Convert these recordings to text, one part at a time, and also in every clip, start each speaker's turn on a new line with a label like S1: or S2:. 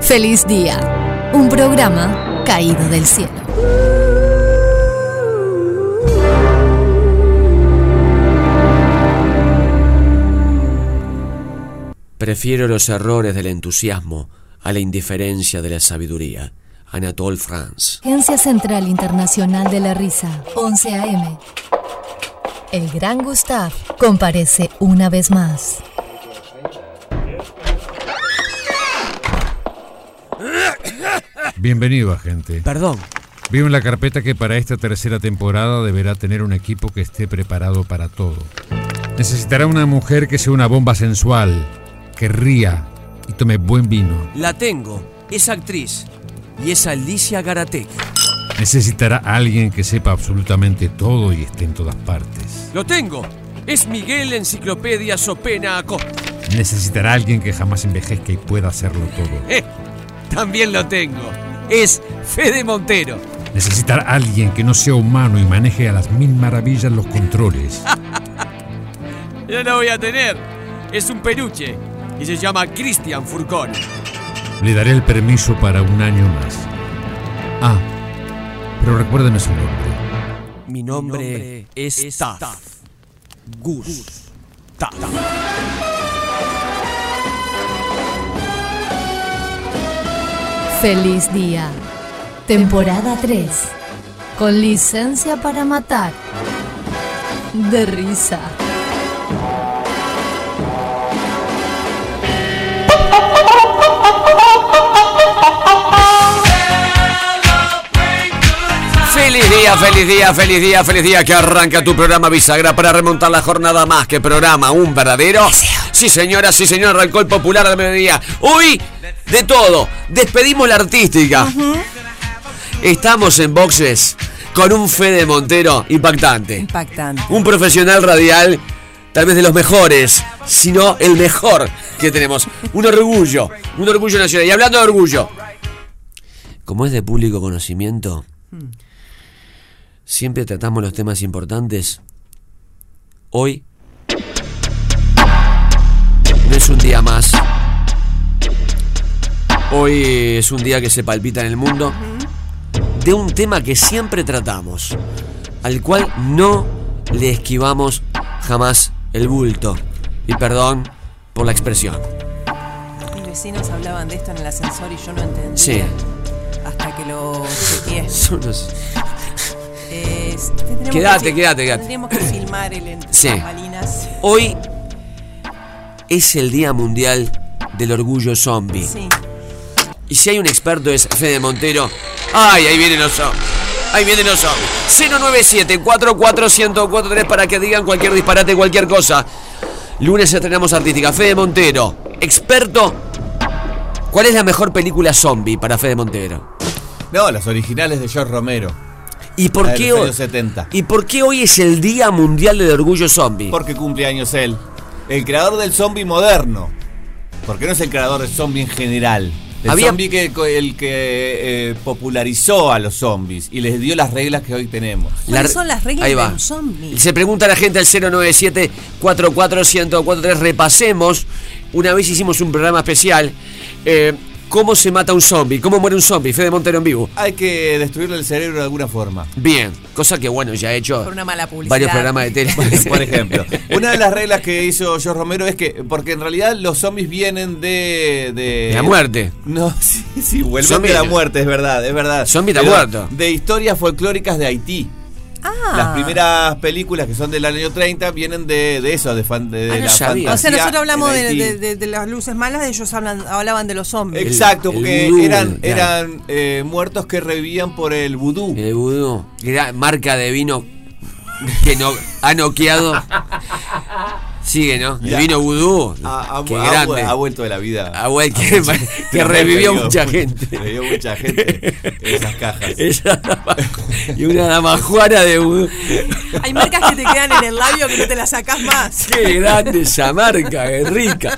S1: Feliz Día, un programa caído del cielo.
S2: Prefiero los errores del entusiasmo a la indiferencia de la sabiduría. Anatole France.
S1: Agencia Central Internacional de la Risa, 11 AM. El gran Gustav comparece una vez más.
S3: Bienvenido, agente.
S2: Perdón,
S3: Veo en la carpeta que para esta tercera temporada deberá tener un equipo que esté preparado para todo. Necesitará una mujer que sea una bomba sensual, que ría y tome buen vino.
S2: la tengo. Es actriz. Y es Alicia Garatek.
S3: Necesitará a alguien que sepa absolutamente todo y esté en todas partes.
S2: Lo tengo. Es Miguel Enciclopedia Sopena Acosta.
S3: Necesitará a alguien que jamás envejezca y pueda hacerlo todo.
S2: Eh, también lo tengo. Es Fede Montero.
S3: Necesitará a alguien que no sea humano y maneje a las mil maravillas los controles.
S2: Yo lo voy a tener. Es un peluche. Y se llama Cristian Furcón.
S3: Le daré el permiso para un año más. Ah, pero recuérdeme su nombre.
S2: Mi nombre, es, Taf. Gus. Taf.
S1: Feliz Día, temporada 3. Con licencia para matar. De risa.
S2: Feliz día, feliz día, feliz día, feliz día que arranca tu programa bisagra para remontar la jornada más que programa, un verdadero. Sí señora, sí señor, arrancó el popular al mediodía. Hoy, de todo, despedimos la artística. Estamos en boxes con un Fede Montero impactante.
S4: Impactante.
S2: Un profesional radial, tal vez de los mejores, sino el mejor que tenemos. Un orgullo, un orgullo nacional. Y hablando de orgullo, como es de público conocimiento, siempre tratamos los temas importantes. Hoy no es un día más. Hoy es un día que se palpita en el mundo de un tema que siempre tratamos, al cual no le esquivamos jamás el bulto. Y perdón por la expresión.
S4: Mis vecinos hablaban de esto en el ascensor y yo no entendía.
S2: Sí.
S4: Hasta que lo chequeé.
S2: Son unos-
S4: Eh, te tenemos
S2: Quédate,
S4: que fil-
S2: quédate, quédate.
S4: Tendríamos que filmar el entre
S2: Sí.
S4: las balinas.
S2: Hoy es el Día Mundial del Orgullo Zombie.
S4: Sí.
S2: Y si hay un experto es Fede Montero. ¡Ay, ahí vienen los zombies! Ahí vienen los zombies. 097 44143 para que digan cualquier disparate, cualquier cosa. Lunes estrenamos artística. Fede Montero, experto. ¿Cuál es la mejor película zombie para Fede Montero?
S5: No, las originales de George Romero.
S2: ¿Y por,
S5: La de
S2: qué
S5: los
S2: hoy,
S5: años 70.
S2: ¿Y por qué hoy es el Día Mundial del Orgullo Zombie?
S5: Porque cumple años él. El creador del zombie moderno. Porque no es el creador del zombie en general. El
S2: Había-
S5: zombie que el que eh, popularizó a los zombies y les dio las reglas que hoy tenemos.
S4: ¿Cuáles son las reglas de un zombie?
S2: Se pregunta la gente al 097 44143 Repasemos. Una vez hicimos un programa especial. eh, ¿Cómo se mata un zombie? ¿Cómo muere un zombie? Fede Montero en vivo.
S5: Hay que destruirle el cerebro de alguna forma.
S2: Bien, cosa que bueno, ya he hecho
S4: Por una mala publicidad.
S2: varios programas de tele.
S5: Por ejemplo, una de las reglas que hizo George Romero es que, porque en realidad los zombies vienen de. De,
S2: De la muerte.
S5: No, sí, sí, vuelven
S2: Zombie-
S5: de la muerte, es verdad, es verdad.
S2: Zombie está
S5: Pero
S2: muerto.
S5: De historias folclóricas de Haití.
S4: Ah.
S5: Las primeras películas que son del año 30 vienen de, de eso, de, fan, de,
S2: Ah,
S5: de
S2: no
S5: la
S2: sabía.
S5: fantasía.
S4: O sea, nosotros hablamos
S5: en
S4: de,
S5: Haití.
S4: de- de- de las luces malas, ellos hablan, hablaban de los zombies.
S5: Exacto,
S2: El-
S5: porque
S2: el vudú,
S5: eran,
S2: claro.
S5: eran eh, muertos que revivían por el vudú.
S2: El vudú. Gran marca de vino que no, ha noqueado. Sigue, ¿no? El
S5: Ya. Ah,
S2: vino vudú.
S5: Ha, ha-
S2: Qué
S5: ha-
S2: grande.
S5: ha vuelto de la vida.
S2: Ah, güey, que, que revivió mucha gente.
S5: Revivió mucha gente esas cajas.
S2: Esa dama- y una dama juana de vudú.
S4: Hay marcas que te quedan en el labio que no te las sacás más.
S2: Qué grande esa marca, es rica.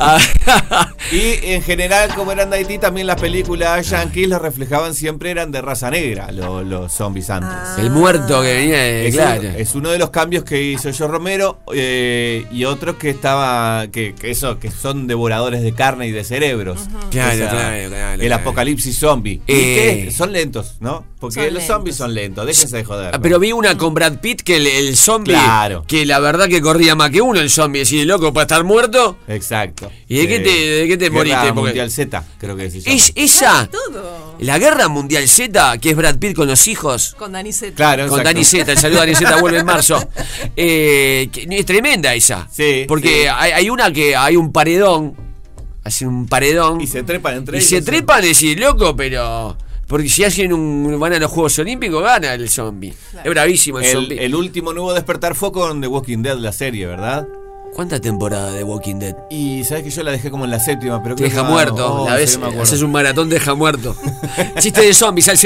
S2: Ah,
S5: Y en general, como eran de Haití, también las películas yankees los reflejaban siempre eran de raza negra, lo- los
S4: Ah.
S5: zombies antes.
S2: El muerto que venía de.
S5: Es,
S2: claro.
S5: uno, es uno de los cambios que hizo yo Romero eh, Eh, y otros que estaba que, que eso que son devoradores de carne y de cerebros
S2: Claro,
S5: O sea,
S2: claro, claro,
S5: el
S2: claro.
S5: apocalipsis zombie y
S2: Eh.
S5: que son lentos no porque
S4: Son
S5: los zombies
S4: lentos.
S5: son lentos déjense de joder pues.
S2: Ah, Pero vi una con Brad Pitt que el, el zombie.
S5: Claro.
S2: Que la verdad que corría más que uno el zombie. Así de loco, para estar muerto.
S5: exacto Eh,
S2: ¿Y de qué te- de qué te
S5: Guerra
S2: moriste? Porque-
S5: mundial Z creo que se llama.
S2: Es esa.
S4: Todo.
S2: La guerra mundial Z, que es Brad Pitt con los hijos.
S4: Con Dani Z.
S5: claro
S2: Con
S5: exacto.
S2: Dani Z, el saludo a Dani Z vuelve en marzo. Eh, que es tremenda esa.
S5: Sí,
S2: Porque
S5: sí.
S2: Hay, hay una que hay un paredón. Hacen un paredón.
S5: y se trepan entre
S2: Y
S5: ellos
S2: se trepan y decís, loco, pero. Porque si hacen un. van a los Juegos Olímpicos, gana el zombie. Es bravísimo el,
S5: el,
S2: pues, zombie.
S5: el último nuevo despertar fue con The Walking Dead la serie verdad
S2: ¿Cuánta temporada de Walking Dead?
S5: y sabes que yo la dejé como en la séptima pero
S2: Te
S5: creo
S2: deja
S5: que no-
S2: muerto.
S5: oh,
S2: la
S5: sí,
S2: vez
S5: me acuerdo.
S2: haces un maratón, deja muerto. Chiste de zombies al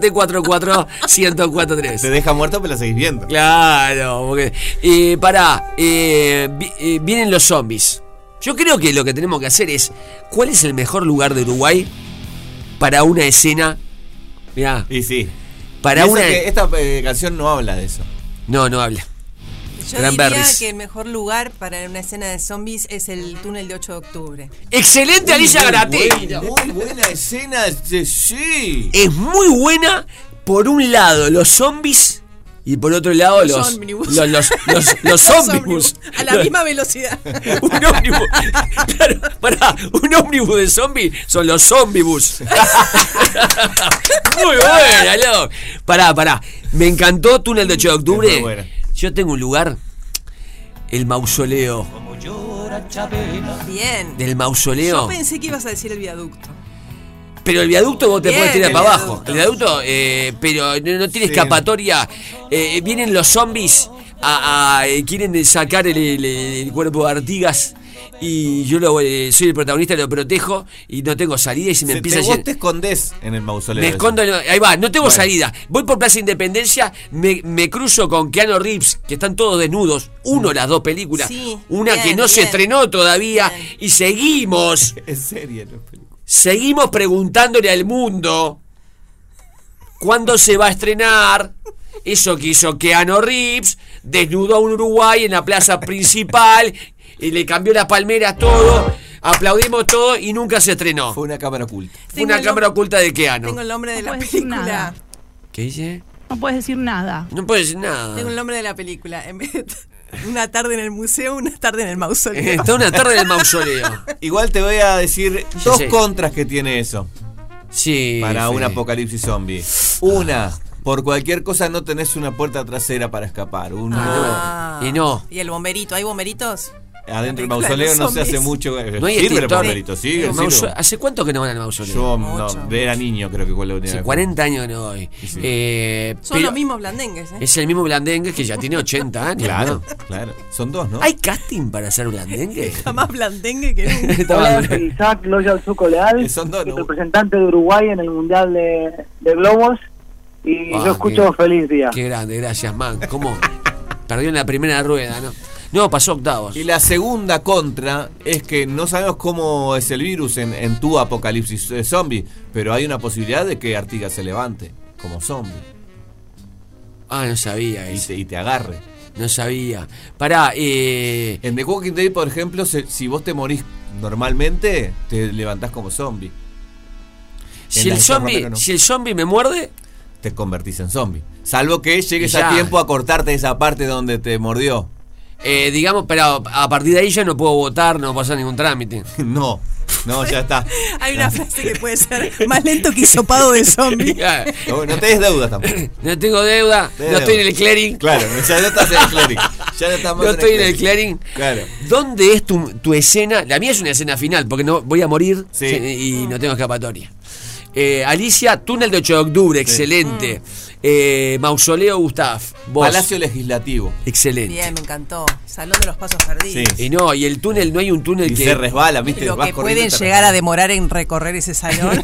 S2: 09744
S5: te
S2: 1043.
S5: deja muerto pero la seguís viendo
S2: Claro, porque. Eh, pará, eh, vi- eh, vienen los zombies. Yo creo que lo que tenemos que hacer es. ¿Cuál es el mejor lugar de Uruguay para una escena? Mirá,
S5: y sí
S2: para
S5: Y eso
S2: una. e-,
S5: que esta eh, canción no habla de eso
S2: No, no habla.
S4: Yo
S2: Gran
S4: diría
S2: Berris.
S4: que el mejor lugar para una escena de zombies es el túnel de 8 de octubre.
S2: ¡Excelente, Alicia
S5: Muy
S2: Gratino!
S5: buena, Muy buena escena, sí, sí.
S2: es muy buena por un lado los zombies y por otro lado
S4: Los
S2: los
S4: ómnibus.
S2: los los los, los ómnibus.
S4: A la misma velocidad.
S2: un ómnibus. Claro, pará, un ómnibus de zombies son los zombibus. Muy buena, loco. Pará, pará. Me encantó Túnel de 8 de
S5: Es
S2: octubre.
S5: muy buena.
S2: Yo tengo un lugar, el mausoleo.
S4: Bien.
S2: Del mausoleo.
S4: Yo pensé que ibas a decir el viaducto.
S2: Pero el viaducto vos te
S4: Bien,
S2: puedes tirar
S4: el
S2: para abajo.
S4: viaducto.
S2: El viaducto, eh, pero no, no tiene
S5: Sí.
S2: escapatoria. Eh, vienen los zombies, a, a- eh, quieren sacar el, el- el cuerpo de Artigas. Y yo lo, eh, soy el protagonista, lo protejo y no tengo salida y se me
S5: Se-
S2: empieza
S5: te-
S2: a
S5: vos
S2: llen-
S5: te escondés en el mausoleo.
S2: Me escondo, en- ahí va, no tengo
S5: Bueno.
S2: salida. Voy por Plaza Independencia, me, me cruzo con Keanu Reeves, que están todos desnudos.
S5: Mm.
S2: Uno, las dos películas.
S4: Sí,
S2: Una que
S4: bien,
S2: no se
S4: bien.
S2: estrenó todavía.
S4: Bien.
S2: Y seguimos.
S5: Es seria la película.
S2: Seguimos preguntándole al mundo cuándo se va a estrenar eso que hizo Keanu Reeves, desnudó a un Uruguay en la plaza principal y le cambió las palmeras todo, aplaudimos todo y nunca se estrenó.
S5: Fue una cámara oculta.
S2: Fue una
S4: Tengo el
S2: cámara
S4: nom-
S2: oculta de
S4: Tengo el
S2: Keanu.
S4: nombre de
S6: No
S4: la
S6: puedes decir
S4: película.
S6: nada.
S2: ¿Qué dice?
S6: No puedes decir nada.
S2: No puede decir
S4: Tengo el
S2: nada.
S4: nombre de la película. En vez de t- una tarde en el museo, una tarde en el mausoleo.
S2: Está una tarde en el mausoleo.
S5: Igual te voy a decir
S2: Ya
S5: dos
S2: sé.
S5: contras que tiene eso
S2: Sí.
S5: para un
S2: Fede.
S5: apocalipsis zombie. Una, por cualquier cosa no tenés una puerta trasera para escapar. Uno,
S2: Ah, no. Y no.
S4: ¿Y el bomberito? ¿Hay bomberitos?
S5: adentro del
S4: La película de
S5: mausoleo
S4: los
S5: no se hace
S4: zombies.
S5: mucho.
S2: No hay
S5: sirve el
S2: extintor.
S5: mausolito, sigue,
S2: El
S5: sirve.
S2: mauso- ¿Hace cuánto que no van al mausoleo?
S5: Yo no,
S4: Mucho.
S5: era niño creo que fue la última
S2: Hace
S5: vez.
S2: 40 años no hoy. Eh,
S4: Son
S2: pero
S4: los mismos blandengues, ¿eh?
S2: es el mismo Blandengue que ya tiene 80 años.
S5: Claro,
S2: ¿no?
S5: claro. Son dos, ¿no?
S2: ¿Hay casting para ser Blandengue?
S4: Está más blandengue que nunca.
S2: Está
S7: Hola,
S2: mal.
S7: soy Isaac Loyal Zuco Leal,
S5: Son dos, ¿no?
S7: representante de Uruguay en el Mundial de, de Globos. Y
S2: Ah,
S7: yo escucho
S2: qué-
S7: Feliz Día.
S2: Qué grande, gracias, man. ¿Cómo? Perdió en la primera rueda, ¿no? No, pasó octavos.
S5: Y la segunda contra es que no sabemos cómo es el virus en, en tu apocalipsis eh, zombie, pero hay una posibilidad de que Artigas se levante como zombie
S2: Ah, no sabía
S5: y
S2: eso.
S5: te, y te agarre.
S2: No sabía. Pará, eh.
S5: En The Walking Dead, por ejemplo, se- si vos te morís normalmente, te levantás como zombie.
S2: Si el,
S5: la
S2: zombie,
S5: informática no.
S2: si el zombie me muerde,
S5: Te convertís en zombie. Salvo que llegues
S2: Ya.
S5: a tiempo a cortarte esa parte donde te mordió.
S2: eh, digamos, pero a partir de ahí ya no puedo votar, no puedo hacer ningún trámite.
S5: No, no, ya está.
S4: Hay
S2: Ah.
S4: una frase que puede ser más lento que hisopado de zombie.
S5: No, no te des deudas tampoco.
S2: Ah, No tengo deuda,
S5: Deuda.
S2: no estoy en el clearing.
S5: Claro, ya no estás en el cleric. Ya no estás más
S2: No estoy en el
S5: cleric.
S2: clearing.
S5: Claro.
S2: ¿Dónde es tu, tu escena? La mía es una escena final, porque no voy a morir
S5: Sí.
S2: y no tengo escapatoria. Eh, Alicia, túnel de 8 de octubre, excelente. Eh, Mausoleo Gustav, vos.
S5: Palacio Legislativo.
S2: Excelente.
S4: Bien, me encantó. Salón de los pasos perdidos.
S5: Sí.
S2: Y no, y el túnel, no hay un túnel
S5: Y
S2: que.
S5: se resbala, ¿viste?
S4: Lo
S5: Vas
S4: que
S5: corriendo y
S4: pueden
S5: te
S4: llegar a
S5: resbala.
S4: demorar en recorrer ese salón.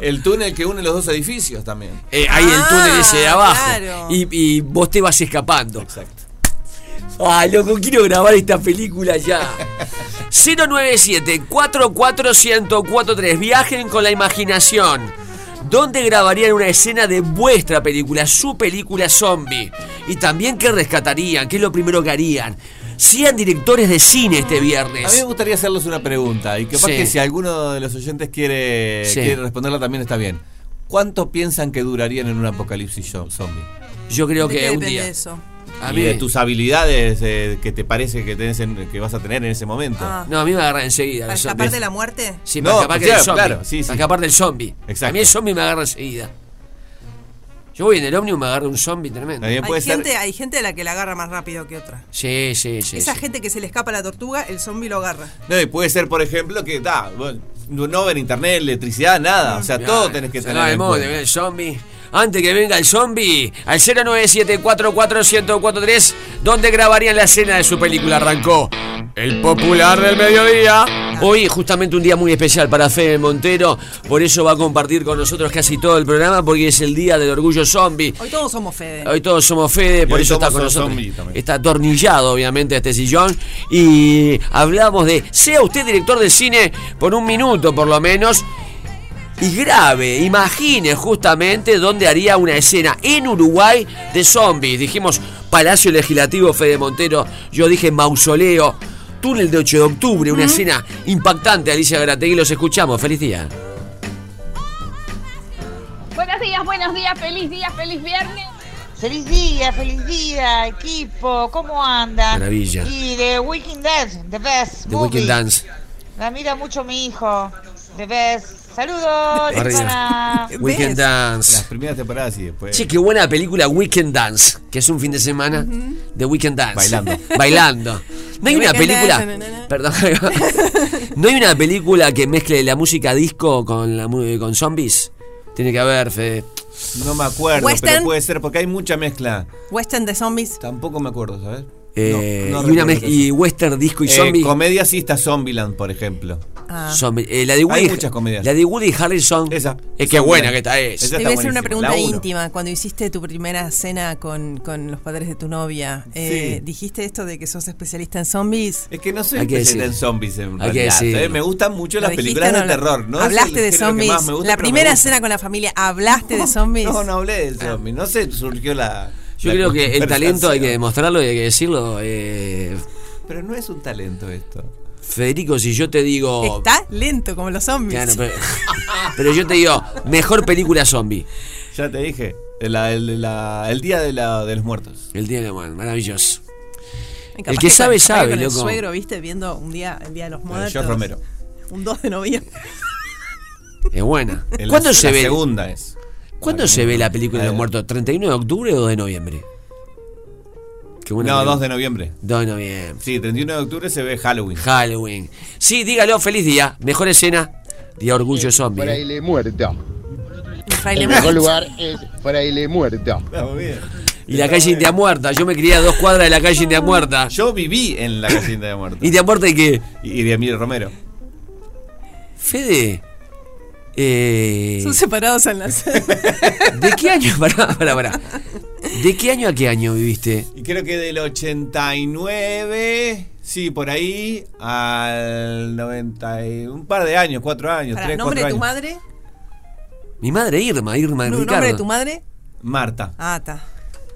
S5: El túnel que une los dos edificios también.
S2: Eh, hay el túnel ese de
S4: Ah,
S2: abajo.
S4: claro.
S2: Y, y vos te vas escapando.
S5: Exacto.
S2: Ah, loco, quiero grabar esta película ya. 097 44143 Viajen con la imaginación. ¿Dónde grabarían una escena de vuestra película, su película zombie? Y también qué rescatarían, qué es lo primero que harían. Sean directores de cine este
S5: A mí me
S2: viernes.
S5: gustaría hacerles una pregunta y capaz
S2: Sí.
S5: que si alguno de los oyentes quiere,
S2: Sí.
S5: quiere responderla también está bien. ¿Cuánto piensan que durarían en un apocalipsis zo- zombie?
S2: Yo creo que un
S4: depende
S2: día.
S4: de eso.
S2: A
S5: y
S2: mí,
S5: de tus habilidades eh, que te parece que, tenés en- que vas a tener en ese momento.
S4: Ah.
S2: no, a mí me agarra enseguida.
S4: ¿Para
S2: el
S4: escapar
S2: zombie.
S4: de la muerte?
S2: Sí, para
S5: No,
S2: escapar que
S5: claro,
S2: del zombie.
S5: claro, sí, sí.
S2: Para escapar del zombie.
S5: Exacto.
S2: A mí el zombie me agarra enseguida. Yo voy en el ómnibus y me agarra un zombie tremendo.
S5: También puede
S4: Hay
S5: ser.
S4: gente, hay gente a la que la agarra más rápido que otra.
S2: Sí, sí, sí.
S4: Esa
S2: sí.
S4: gente que se le escapa la tortuga, el zombi lo agarra.
S5: No, y puede ser, por ejemplo, que da, bueno, no ven internet, electricidad, nada. O sea,
S2: Mirá,
S5: todo tenés que
S2: Mm, se
S5: tener.
S2: va de
S5: en
S2: moda,
S5: cuenta.
S2: viene el zombie. Antes que venga el zombie, al 097441043, donde grabarían la escena de su película. Arrancó El Popular del Mediodía. Hoy, justamente un día muy especial para Fede Montero, por eso va a compartir con nosotros casi todo el programa, porque es el día del orgullo zombie.
S4: Hoy todos somos Fede.
S2: Hoy todos somos Fede, por
S5: hoy
S2: eso está
S5: todos
S2: con
S5: somos
S2: nosotros.
S5: zombie también.
S2: Está atornillado, obviamente, a este sillón. Y hablamos de, sea usted director de cine por un minuto por lo menos. Y grave, imagine justamente dónde haría una escena en Uruguay de zombies. Dijimos Palacio Legislativo Fede Montero, yo dije Mausoleo, Túnel de 8 de Octubre, una escena impactante, Alicia Grategui, los escuchamos, feliz día.
S6: Buenos días, buenos días, feliz día, feliz viernes.
S8: Feliz día, feliz día, equipo, ¿cómo andan?
S2: Maravilla.
S8: Y The Walking Dead, The Best.
S2: The
S8: movie.
S2: Weekend Dance.
S8: La mira mucho mi hijo. The Best. Saludos,
S2: Arriba.
S8: Susana.
S4: ¿Ves?
S2: Weekend Dance.
S5: Las primeras temporadas y después.
S2: Che, qué buena película Weekend Dance, que es un fin de semana de Weekend Dance.
S5: Bailando.
S2: Bailando. No hay una
S4: Weekend
S2: película.
S4: Dance, na, na, na.
S2: Perdón. No hay una película que mezcle la música disco con la mu- eh, con zombies. Tiene que haber, Fede.
S5: No me acuerdo,
S4: Western.
S5: pero puede ser porque hay mucha mezcla.
S4: Western de zombies.
S5: Tampoco me acuerdo, ¿sabes?
S2: Eh,
S5: No, no
S2: y, una
S5: recuerdo
S2: mez-
S5: qué
S2: y
S5: sea.
S2: western, disco y
S5: Eh,
S2: zombie.
S5: comedia sí está Zombieland, por ejemplo.
S4: Ah.
S2: Zombie. Eh, la de Woody,
S5: muchas comedias.
S2: La de Woody Harrelson.
S5: Esa.
S2: Es que buena que está es.
S5: Esa
S4: Te
S5: está
S4: voy a hacer una
S5: buenísima,
S4: pregunta
S5: la uno.
S4: íntima. Cuando hiciste tu primera cena con, con los padres de tu novia, eh,
S5: Sí. Eh,
S4: ¿dijiste esto de que sos especialista en zombies?
S5: Es que no soy
S2: Hay que
S5: especialista en
S2: decir.
S5: zombies en
S2: Hay que
S5: realidad,
S2: decir.
S5: ¿sabes? Me gustan mucho las
S4: ¿Lo
S5: películas de
S4: dijiste o no?
S5: terror, ¿no? Es
S4: Hablaste
S5: el
S4: de
S5: género que
S4: zombies.
S5: más me gusta,
S4: la
S5: pero me
S4: primera
S5: gusta.
S4: cena con la familia, ¿hablaste de zombies?
S5: No, no hablé de zombies. No sé, surgió la.
S2: Yo
S5: la
S2: creo que el
S5: conversación.
S2: talento hay que demostrarlo y hay que decirlo. eh,
S5: Pero no es un talento esto.
S2: Federico, si yo te digo.
S4: Está lento como los zombies.
S2: Claro, pero, pero yo te digo, mejor película zombie.
S5: Ya te dije. la- el, la- el día de, la- de los muertos.
S2: El día de bueno, maravilloso.
S4: Capaz
S2: el que sabe,
S4: con- capaz
S2: sabe,
S4: con
S2: loco.
S4: El suegro, viste, viendo un día, el día de los muertos.
S5: George Eh, Romero.
S4: Un 2 de noviembre.
S2: Es buena.
S5: En la-
S2: ¿Cuándo se
S5: la
S2: ve?
S5: segunda es.
S2: ¿Cuándo se ve la película de los
S5: Eh,
S2: muertos? ¿31 de octubre o 2 de noviembre? Qué buena
S5: No,
S2: pregunta.
S5: 2 de noviembre.
S2: 2 de noviembre.
S5: Sí, 31 de octubre se ve Halloween.
S2: Halloween. Sí, dígalo, feliz día. Mejor escena de Orgullo Zombie. ¿eh?
S9: Fraile Muerto.
S4: El fraile
S9: El mejor
S4: muerto.
S9: lugar es Fraile Muerto.
S5: Estamos bien.
S2: Y la calle India Muerta. Yo me crié a dos cuadras de la calle India Muerta.
S5: Yo viví en la casita de muertos.
S2: India Muerta y que.
S5: y de Emilio Romero.
S2: Fede. Eh,
S4: Son separados al nacer.
S2: ¿De qué año? Pará, pará, pará. ¿De qué año a qué año viviste?
S5: Y creo que del 89, sí, por ahí, al 90, y- un par de años, cuatro años,
S4: Pará,
S5: tres,
S4: ¿Nombre
S5: cuatro
S4: de tu
S5: años.
S4: madre?
S2: Mi madre Irma, Irma
S4: No,
S2: Ricardo.
S4: ¿Nombre de tu madre?
S5: Marta.
S4: Ah, está.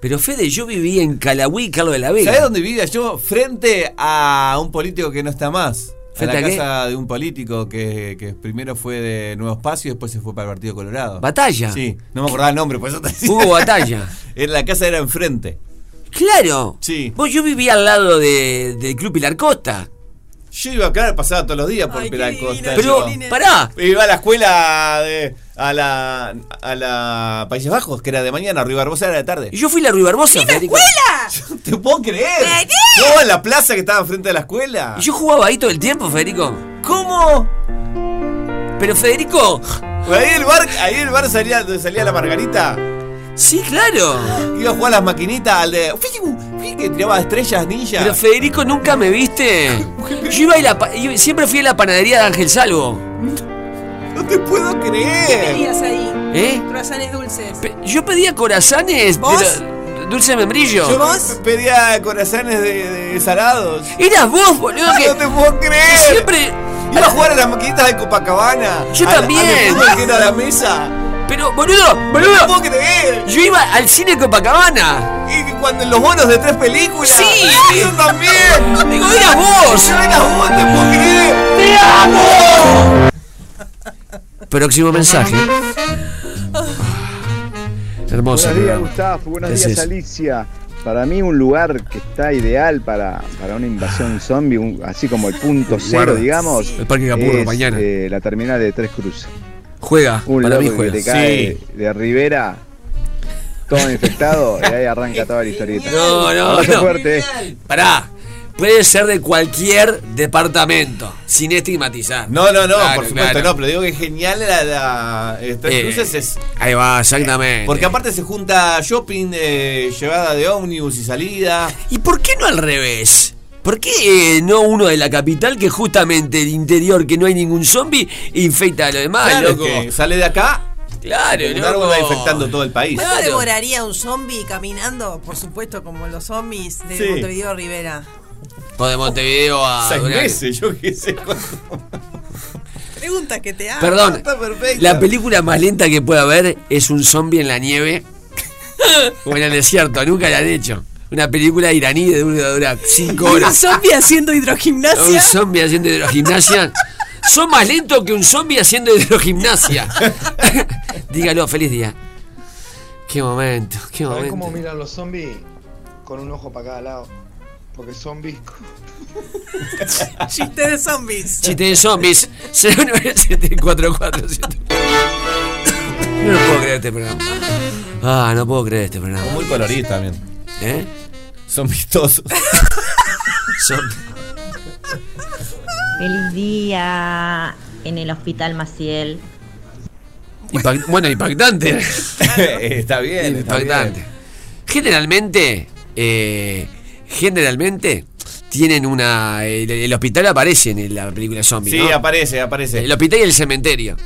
S2: Pero Fede, yo vivía en Calagüí, Carlos de la Vega.
S5: ¿Sabés dónde vivía yo? Frente a un político que no está más. A
S2: ¿Frente
S5: la
S2: a qué?
S5: casa de un político que, que primero fue de Nuevo Espacio y después se fue para el Partido Colorado.
S2: Batalla.
S5: Sí, no me acordaba el nombre, por eso te decía.
S2: Hubo batalla.
S5: En la casa era enfrente.
S2: Claro.
S5: Sí.
S2: Vos, yo vivía al lado de- del Club Pilar Costa.
S5: Yo iba, claro, pasaba todos los días por
S4: Ay, qué
S5: Pilar
S4: divino,
S5: Costa.
S4: qué
S2: Pero,
S5: yo.
S4: divino.
S2: pará.
S5: Iba a la escuela de, a la a la Países Bajos, que era de mañana, Rui Barbosa era de tarde.
S2: Y Yo fui la Rui Barbosa. Federico.
S5: Yo ¿Te puedo creer? ¿Todo en la plaza que estaba enfrente de la escuela?
S2: Y yo jugaba ahí todo el tiempo, Federico. ¿Cómo? Pero Federico,
S5: Ahí el bar, ahí el bar salía donde salía la margarita.
S2: sí, claro.
S5: Iba a jugar a las maquinitas al de. ¡Fiu! ¡Fiu! Que tiraba estrellas ninja.
S2: Pero Federico, nunca me viste. Yo iba a la pa- yo siempre fui a la panadería de Ángel Salvo.
S5: no te puedo creer.
S4: Pedías ahí
S2: ¿Eh?
S4: croissants dulces.
S2: Pe- Yo pedía corazones de
S4: ¿Vos?
S2: lo- dulce de membrillo.
S5: Yo
S4: ¿Vos?
S5: pedía corazones de, de salados.
S2: Eras vos, boludo, que,
S5: Ah, No te puedo
S2: que
S5: creer.
S2: siempre.
S5: Iba a jugar a las maquinitas de Copacabana.
S2: Yo
S5: Al- al
S2: también.
S5: fútbol que era la mesa.
S2: Pero, boludo,
S5: No
S2: boludo.
S5: puedo creer.
S2: Yo iba al cine Copacabana.
S5: Y cuando los bonos de tres películas.
S2: Sí.
S5: Ah, Yo también.
S2: Digo, eras vos.
S5: Yo era vos, te puedo creer.
S2: Próximo mensaje. Ah, Hermosa.
S9: Buenos días, Gustavo. Buenos
S2: ¿Qué
S9: días,
S2: haces?
S9: Alicia. Para mí un lugar que está ideal para, para una invasión zombie, un- así como el punto cero,
S2: Ah. Guarda.
S9: digamos,
S2: El Parque Capurro,
S9: es,
S2: mañana.
S9: eh, la terminal de Tres Cruces.
S2: Juega,
S9: Un
S2: para
S9: loco
S2: mí
S9: que te
S2: juega.
S9: cae
S5: Sí.
S9: de Rivera, todo infectado, y ahí arranca toda la historieta.
S2: No, no,
S9: Abrazo
S2: no.
S9: fuerte. eh.
S2: Pará. Puede ser de cualquier departamento, sin estigmatizar.
S5: No, no, no,
S2: Claro,
S5: por supuesto,
S2: claro.
S5: no, pero digo que es genial la. la eh, Tres
S2: Eh,
S5: Cruces es.
S2: Ahí va, exactamente.
S5: Porque aparte se junta shopping, eh, llevada de ómnibus y salida.
S2: ¿Y por qué no al revés? ¿Por qué eh, no uno de la capital que justamente el interior, que no hay ningún zombie, infecta a los demás,
S5: claro,
S2: loco?
S5: que sale de acá.
S2: Claro,
S5: un
S2: loco.
S5: árbol va infectando todo el país.
S4: ¿No
S2: Claro.
S4: devoraría un zombie caminando? Por supuesto, como los zombies de
S5: Sí.
S4: Montevideo Rivera.
S2: O de Montevideo a
S5: Seis
S2: Durán.
S5: meses, yo qué sé.
S4: Preguntas que te hago.
S2: Perdón,
S5: Está perfecto.
S2: la película más lenta que puede haber es un zombie en la nieve o en el desierto, nunca la han hecho. Una película iraní de dura dura cinco
S4: Un
S2: horas.
S4: zombie haciendo
S2: Un
S4: hidrogimnasia.
S2: zombie haciendo hidrogimnasia. Son más lentos que un zombie haciendo hidrogimnasia. Dígalo, feliz día. Qué momento, qué
S10: ¿Sabes cómo
S2: momento.
S10: miran los zombies? Con un ojo para cada lado. Porque zombies.
S4: Chiste de zombies.
S2: Chiste de zombies. 09744. No puedo creer este programa. Ah, no puedo creer este programa.
S5: Muy colorido también.
S2: ¿Eh?
S5: Son vistosos.
S2: Son-
S6: Feliz día en el Hospital Maciel.
S2: Impact- bueno, impactante.
S5: está bien. está
S2: impactante.
S5: bien.
S2: Generalmente, eh, generalmente tienen una. El, el hospital aparece en la película zombie.
S5: Sí,
S2: ¿no?
S5: aparece, aparece.
S2: El hospital y el cementerio.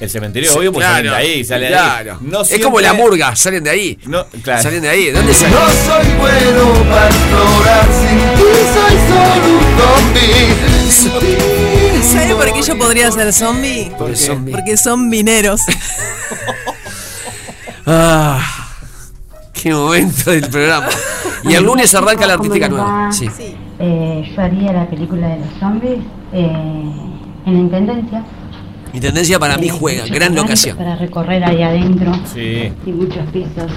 S5: El cementerio, obvio, porque salen de ahí, sale de ahí.
S2: claro.
S5: No
S2: es como
S5: siempre-
S2: la murga, salen de ahí.
S5: No, claro.
S2: Salen de ahí. ¿Dónde salen?
S9: No soy bueno para explorar sin ti, soy solo un zombie.
S4: ¿Sabes por qué yo podría ser zombie?
S2: Porque son mi-
S4: Porque son mineros.
S2: Ah, qué momento del programa. Y el lunes arranca la artística nueva. Sí.
S6: Eh, yo haría la película de los zombies eh, en la Intendencia. Eh,
S2: Mi tendencia para mí juega. Gran locación.
S6: Para recorrer ahí adentro
S5: Sí,
S6: y muchos pisos.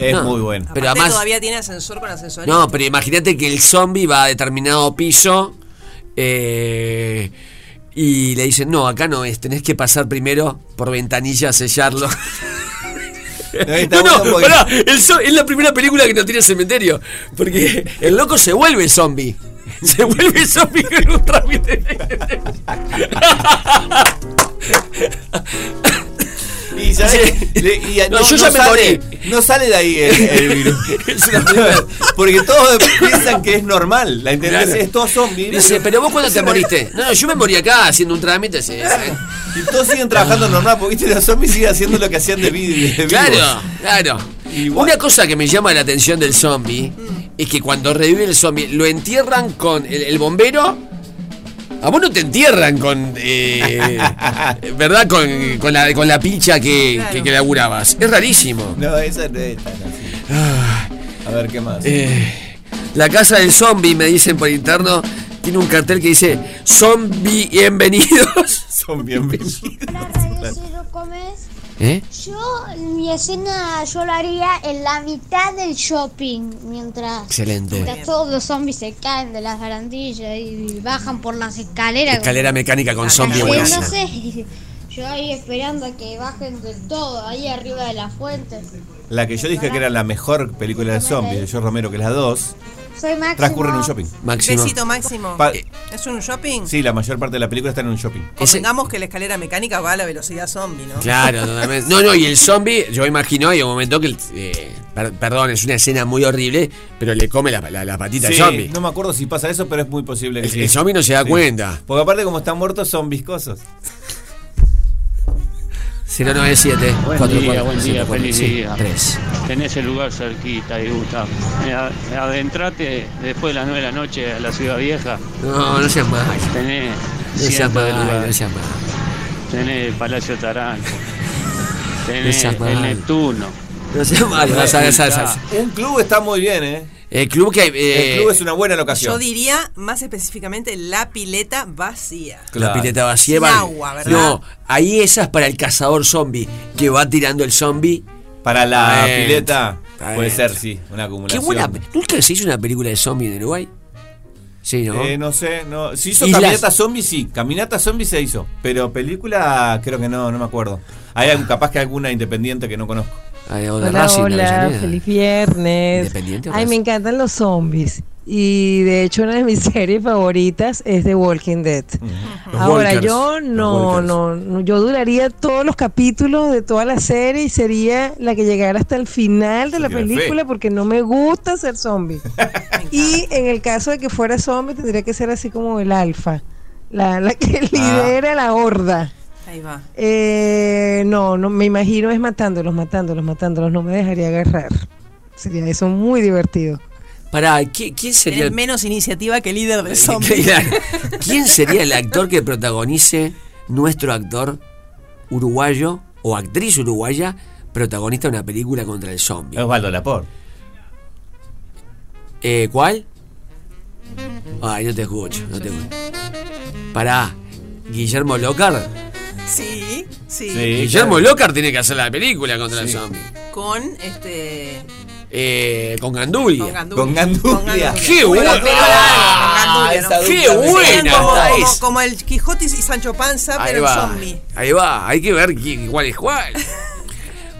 S5: es
S2: No.
S5: muy bueno.
S2: Pero
S4: Aparte,
S2: además-
S4: todavía tiene ascensor con ascensor.
S2: No, pero imagínate que el zombie va a determinado piso eh, y le dicen, no, acá no es, tenés que pasar primero por ventanilla a sellarlo. No, no, pará, el zo- es la primera película que no tiene cementerio, porque el loco se vuelve zombie. Se vuelve zombie con un trámite.
S5: Y, ¿sabes qué? Le- y a-
S2: No, yo ya me
S5: sale,
S2: morí.
S5: No sale de ahí el, el virus. Porque todos piensan que es normal. La intendencia
S2: Claro.
S5: es todo zombie.
S2: Dice, pero vos cuándo te
S5: Se muere.
S2: moriste. No, no, yo me morí acá haciendo un trámite. sí, sí.
S5: Y todos siguen trabajando normal porque viste, los zombies siguen haciendo lo que hacían de, vi- de vivos.
S2: Claro, claro.
S5: Y bueno.
S2: Una cosa que me llama la atención del zombie es que cuando revive el zombie, lo entierran con el, el bombero. A vos no te entierran con. eh, ¿Verdad? Con, con la, con la pincha que,
S4: Claro.
S2: que- que laburabas. Es rarísimo.
S5: No, esa no es tan así. A ver qué más.
S2: Eh, la casa del zombie, me dicen por interno, tiene un cartel que dice: Zombie, bienvenidos.
S5: Son bienvenidos.
S2: ¿Eh?
S6: Yo, mi escena, yo la haría en la mitad del shopping, mientras
S2: Excelente.
S6: todos los zombies se caen de las barandillas y bajan por las escaleras.
S2: Escalera mecánica
S4: Ah,
S2: con zombie,
S4: Escalera.
S2: buenísimo.
S6: Entonces, yo ahí esperando a que bajen del todo, ahí arriba de la fuente.
S5: La que yo dije que era la mejor película de zombies de George Romero, que es la 2,
S6: Soy Máximo.
S5: transcurre en un shopping.
S2: Máximo.
S4: Besito máximo.
S5: Pa-
S4: ¿Es un shopping?
S5: sí, la mayor parte de la película está en un shopping.
S2: Ese-
S4: Convengamos que la escalera mecánica va a la velocidad zombie, ¿no?
S2: Claro, totalmente. No, no, y el zombie, yo imagino, hay un momento que. el- eh, per- perdón, es una escena muy horrible, pero le come la, la- la patita al
S5: Sí,
S2: zombie.
S5: No me acuerdo si pasa eso, pero es muy posible que
S2: el,
S5: sí.
S2: el zombie no se da cuenta.
S5: Porque aparte como están muertos son viscosos.
S2: 097
S10: día, buen día,
S2: 44
S10: feliz día.
S2: 3.
S10: Tenés el lugar cerquita y gusta. Adentrate después de las 9 de la noche a la ciudad vieja.
S2: No, no seas mal.
S10: Tenés.
S2: No seas mal, no seas mal.
S10: Tenés el Palacio Taranco. tenés
S2: seas
S10: el
S2: malo.
S10: Neptuno.
S2: No seas malo, no seas- seas- seas-
S5: Un club está muy bien, ¿eh?
S2: El club que. eh,
S5: El club es una buena locación.
S4: Yo diría, más específicamente, la pileta vacía.
S2: La pileta vacía.
S4: Sin
S2: vale.
S4: agua, ¿verdad?
S2: No, ahí esa es para el cazador zombie, que va tirando el zombie.
S5: Para la
S2: Adentro,
S5: pileta puede
S2: adentro.
S5: ser, sí, una
S2: Qué
S5: acumulación.
S2: buena. ¿Nunca se hizo una película de zombie en Uruguay? Sí, ¿no?
S5: Eh, no sé, no. Si hizo
S2: Islas.
S5: Caminata Zombie, sí. Caminata Zombie se hizo. Pero película, creo que no, no me acuerdo. Hay algún- capaz que alguna independiente que no conozco.
S2: Hay
S11: Hola, hola, feliz viernes.
S2: Independiente,
S11: Ay,
S2: parece.
S11: me encantan los zombies. Y de hecho una de mis series favoritas es The Walking Dead.
S12: Los
S11: Ahora
S12: Walkers,
S11: yo no,
S12: Walkers.
S11: no, no, yo duraría todos los capítulos de toda la serie y sería la que llegara hasta el final de la
S12: tiene fe.
S11: película porque no me gusta ser zombie. y en el caso de que fuera zombie tendría que ser así como el alfa, la, la que
S5: Ah,
S11: lidera la horda.
S4: Ahí va.
S11: Eh, no, no, me imagino es matándolos, matándolos, matándolos. No me dejaría agarrar. Sería eso muy divertido.
S2: Pará, ¿qui- ¿quién sería
S4: Tener
S2: el,
S4: menos iniciativa que líder de zombies.
S2: ¿Quién sería el actor que protagonice nuestro actor uruguayo o actriz uruguaya protagonista de una película contra el zombie?
S5: Osvaldo Laporte.
S2: Eh, ¿Cuál? Ay, no te escucho, no te escucho. Pará, ¿Guillermo Lockhart?
S4: Sí, sí.
S2: Guillermo Lockhart tiene que hacer la película contra el zombie.
S4: Con este.
S2: Eh, con Gandulia.
S4: Con Gandulia. Con
S2: Gandulia. ¡Qué
S4: Con
S2: buena!
S4: Gandulia,
S2: Ah,
S4: con Gandulia, ¿no?
S2: ¡Qué buena!
S4: Como,
S2: está
S4: como-
S2: esa.
S4: como el Quijote y Sancho Panza,
S2: Ahí
S4: Ah, pero
S2: va.
S4: zombie.
S2: Ahí va, hay que ver qui- cuál es cuál.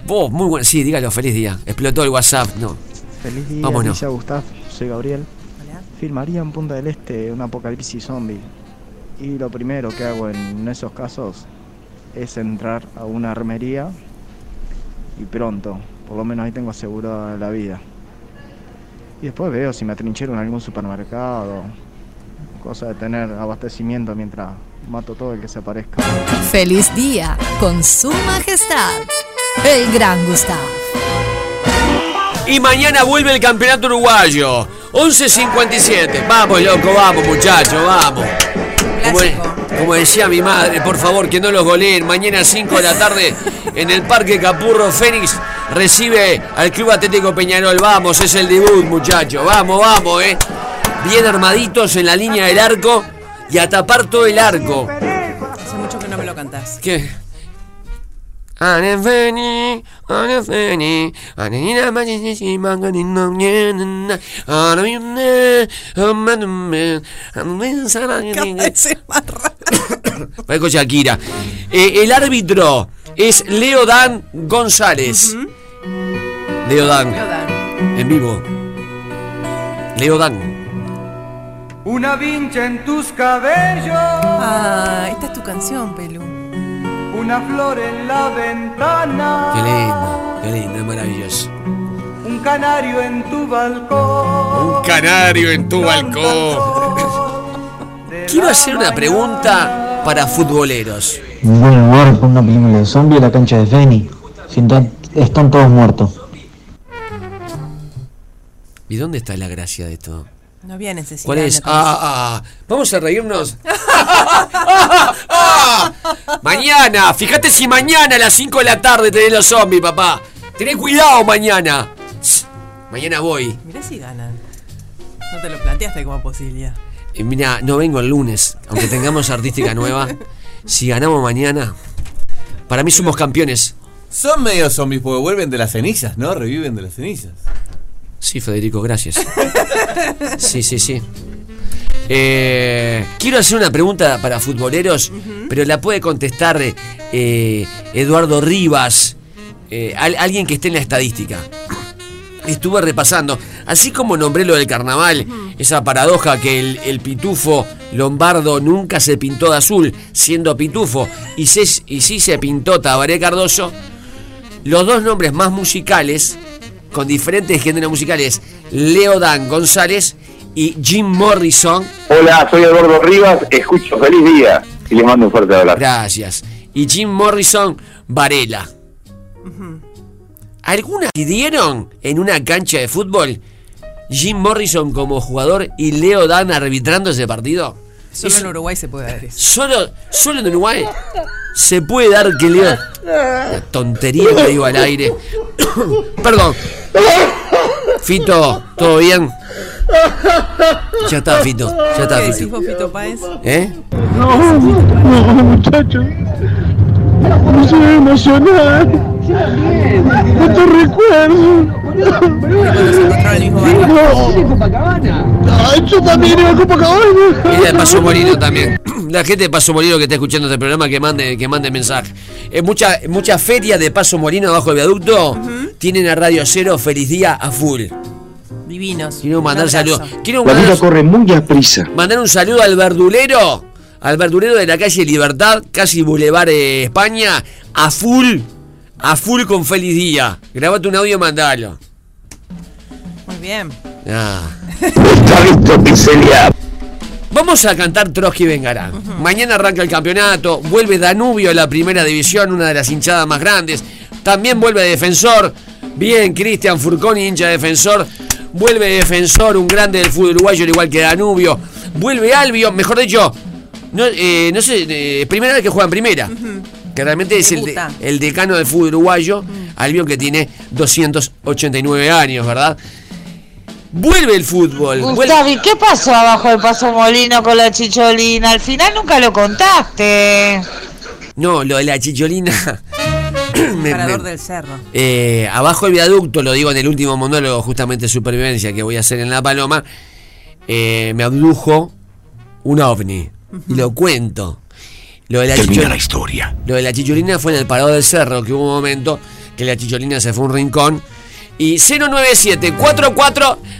S2: Vos, muy bueno. Sí, dígalo, feliz día. Explotó el WhatsApp, no.
S13: Feliz día,
S2: Vámonos.
S13: Villa Gustav. Soy Gabriel. Filmaría en Punta del Este un apocalipsis zombie. Y lo primero que hago en esos casos es entrar a una armería y pronto, por lo menos ahí tengo asegurada la vida. Y después veo si me atrinchero en algún supermercado, cosa de tener abastecimiento mientras mato todo el que se aparezca.
S1: Feliz día con su majestad, el gran Gustavo.
S2: Y mañana vuelve el campeonato uruguayo. 11.57. Vamos, loco, vamos, muchachos, vamos. Como, como decía mi madre, por favor, que no los goleen. Mañana 5 de la tarde en el Parque Capurro Fénix recibe al Club Atlético Peñarol. Vamos, es el debut, muchachos. Vamos, vamos, eh. Bien armaditos en la línea del arco y a tapar todo el arco.
S4: Hace mucho que no me lo cantás.
S2: ¿Qué? Anefeni, Anefeni, Anenina Majisi Manganino Nyenna, Anamune, Amanume, Anumen Sarangina. Parezco Shakira. Eh, el árbitro es Leodan González. Leodan. En vivo. Leodan.
S14: Una vincha en tus cabellos.
S4: Ah, esta es tu canción, Pelu.
S14: Una flor en la ventana.
S2: Qué lindo, qué lindo, es maravilloso.
S14: Un canario en tu balcón.
S2: Un canario en tu balcón. Quiero hacer una pregunta para futboleros.
S15: Buen lugar por una película de zombie la cancha de Feni. Están todos muertos.
S2: ¿Y dónde está la gracia de todo?
S4: No había necesidad.
S2: ¿Cuál es?
S4: me parece.
S2: Ah, ah, vamos a reírnos. Mañana, fíjate si mañana a las 5 de la tarde tenés los zombies, papá. Tenés cuidado mañana. Ss, Mañana voy.
S4: Mirá si ganan. No te lo planteaste como posibilidad.
S2: Eh, Mira, no vengo el lunes, aunque tengamos artística nueva. Si ganamos mañana, para mí somos campeones.
S5: Son medio zombies porque vuelven de las cenizas, ¿no? Reviven de las cenizas.
S2: Sí, Federico, gracias. Sí, sí, sí. Eh, quiero hacer una pregunta para futboleros, pero la puede contestar eh, eh, Eduardo Rivas, eh, al- alguien que esté en la estadística. Estuve repasando, así como nombré lo del carnaval, esa paradoja que el, el pitufo Lombardo nunca se pintó de azul, siendo pitufo, y, se, y sí se pintó Tabaré Cardoso, los dos nombres más musicales, con diferentes géneros musicales, Leodan González y Jim Morrison,
S16: Hola, soy Eduardo Rivas, escucho feliz día y les mando un fuerte abrazo.
S2: Gracias. y Jim Morrison Varela. ¿Alguna dieron en una cancha de fútbol Jim Morrison como jugador y Leodan arbitrando ese partido?
S4: Solo
S2: Es-
S4: en Uruguay se puede ver eso.
S2: Solo, solo en Uruguay. Se puede dar que le... Una tontería que digo al aire. Perdón. Fito, ¿todo bien? Ya está, Fito. Ya está,
S4: ¿Qué
S2: Fito.
S4: decís vos, Fito Páez?
S2: ¿Eh?
S12: No, no, muchachos. No soy emocional. No te recuerdo. Yo también iba a
S2: Y de Paso Molino también. La gente de Paso Molino que está escuchando este programa que mande, que mande mensaje. Eh, Muchas mucha ferias de Paso Molino abajo del viaducto tienen a Radio Cero Feliz Día a full.
S4: Divinos.
S2: Quiero mandar saludos. Quiero
S15: La
S2: mandar,
S15: vida corre muy a prisa.
S2: mandar un saludo al verdulero. Al verdulero de la calle Libertad, casi Boulevard eh, España, a full. A full con Feliz Día. Grabate un audio y mandalo.
S4: Muy bien.
S2: Ah. Vamos a cantar Trotsky Vengará. Mañana arranca el campeonato, vuelve Danubio a la primera división, una de las hinchadas más grandes. También vuelve Defensor. Bien, Cristian Furcón, hincha Defensor. Vuelve Defensor, un grande del fútbol uruguayo, al igual que Danubio. Vuelve Albio, mejor dicho, no, eh, no sé, eh, primera vez que juega en primera. Que realmente es el, de-
S4: Debuta.
S2: el decano del fútbol uruguayo, Albion que tiene 289 años, ¿verdad? Vuelve el fútbol. vuelve-
S8: Gustavo, ¿y qué pasó abajo del Paso Molino con la chicholina? Al final nunca lo contaste.
S2: No, lo de la chicholina. me-
S4: Parador
S2: me-
S4: del cerro.
S2: eh, abajo del viaducto, lo digo en el último monólogo, justamente supervivencia que voy a hacer en La Paloma, eh, me abdujo un ovni. Y lo cuento. Lo de la
S17: Termina
S2: chichol-
S17: la historia.
S2: Lo de la chicholina fue en el parado del cerro, que hubo un momento que la chicholina se fue a un rincón. Y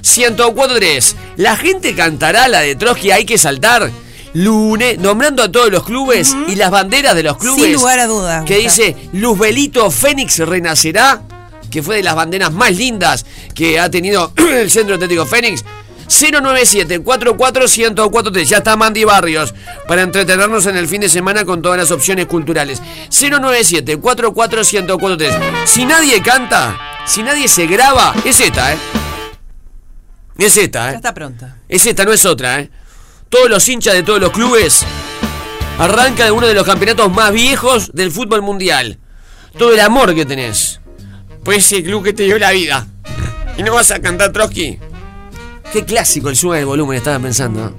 S2: 097-44-1043. La gente cantará la de Trotsky, hay que saltar. Lunes, nombrando a todos los clubes y las banderas de los clubes.
S4: Sin lugar a dudas.
S2: Que
S4: Gustavo.
S2: dice Luzbelito Fénix renacerá, que fue de las banderas más lindas que ha tenido el Centro Atlético Fénix. 097 1043 Ya está Mandy Barrios para entretenernos en el fin de semana con todas las opciones culturales. 097 1043 Si nadie canta, si nadie se graba, es esta, ¿eh? Es esta, ¿eh?
S4: Ya está pronta.
S2: Es esta, no es otra, ¿eh? Todos los hinchas de todos los clubes arranca de uno de los campeonatos más viejos del fútbol mundial. Todo el amor que tenés. Pues ese club que te dio la vida. ¿Y no vas a cantar Trotsky? Qué clásico el suba del volumen, estaba pensando. ¿no?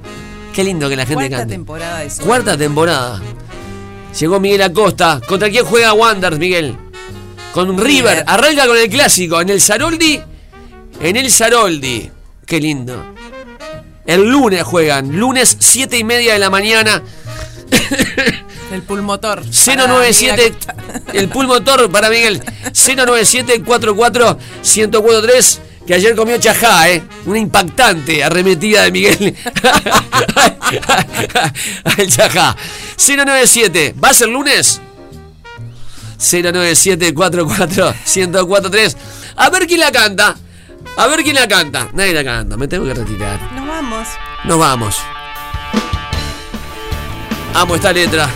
S2: Qué lindo que la gente
S4: Cuarta
S2: cante.
S4: temporada de Sol.
S2: Cuarta temporada. Llegó Miguel Acosta. ¿Contra quién juega Wanders, Miguel? Con River. Arranca con el clásico. En el Saroldi. En el Saroldi. Qué lindo. El lunes juegan. Lunes 7 y media de la mañana.
S4: El pulmotor.
S2: 097. El pulmotor para Miguel. 097 44 1043 Que ayer comió chajá, ¿eh? Una impactante arremetida de Miguel. El chajá. 097. ¿Va a ser lunes? 097 44 1043 A ver quién la canta. A ver quién la canta. Nadie la canta. Me tengo que retirar.
S4: Nos vamos.
S2: Nos vamos. Amo esta letra.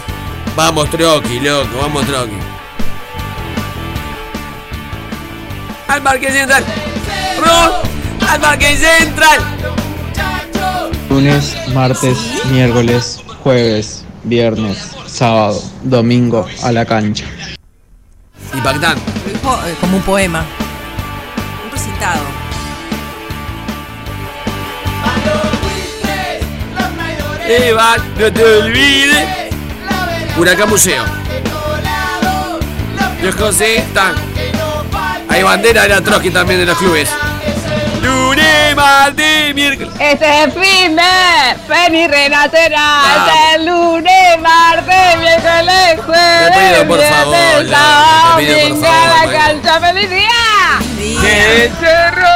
S2: Vamos, Troqui, loco, vamos, Troqui. Al parque central. Rock, al parque central.
S18: Lunes, martes, miércoles, jueves, viernes, sábado, domingo a la cancha.
S2: Impactante.
S4: Lo dijo, eh, como un poema. Un recitado.
S2: Eva, no te olvides. Huracán Museo. Los José están. Hay bandera de la Trotsky también de los clubes. Lunes, martes, miércoles.
S19: Este es fin de Feni
S2: Vamos.
S19: renacerá. Este es lunes, martes, miércoles,
S2: Te pido,
S19: jueves,
S2: por favor,
S19: viernes,
S2: Laura,
S19: sábado,
S2: te pido, por
S19: domingo a
S2: favor,
S19: la
S2: bueno.
S19: cancha. ¡Feliz día!
S2: Del
S19: cerro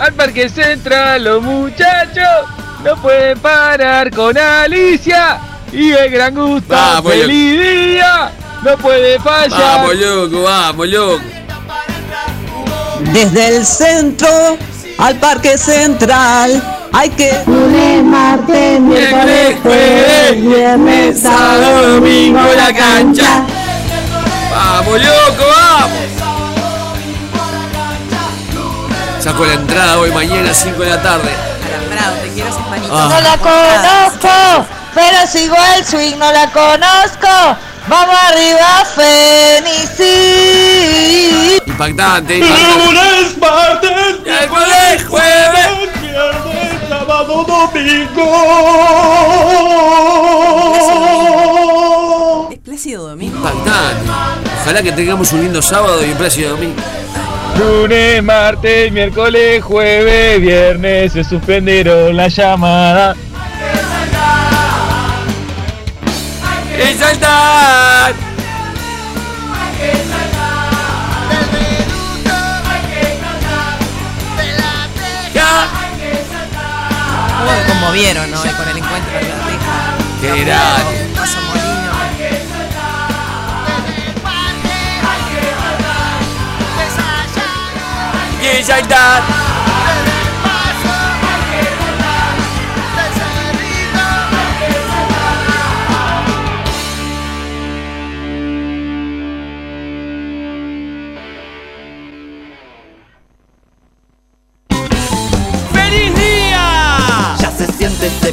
S19: al parque central, los muchachos no pueden parar con Alicia y el gran gusto.
S2: Vamos, loco. ¡Feliz
S19: día! No puede
S2: Vamos, loco, vamos, loco.
S20: Desde el centro al parque central hay que lunes, martes, miércoles, jueves, viernes, sábado, domingo la cancha.
S2: ¡Vamos, loco, vamos! Saco la entrada hoy mañana 5 de la tarde.
S4: Bravo, te quiero sin
S2: Ah.
S4: manitos.
S8: No la conozco, pero sigo el swing, no la conozco. Vamos arriba, Fénix. sí.
S2: Impactante,
S12: Lunes, martes,
S2: miércoles, jueves,
S12: viernes, sábado, domingo.
S4: Es Plácido Domingo.
S2: impactante. Ojalá que tengamos un lindo sábado y un plácido domingo.
S19: Lunes, martes, miércoles, jueves, viernes se suspendieron la llamada.
S2: ¡Y saltar!
S4: ¿Cómo me conmovieron hoy con el encuentro de la teja?
S2: ¡Qué grande!
S4: Paso Molino.
S2: ¡Y saltar!
S20: ¡Feliz día! Ya se siente, se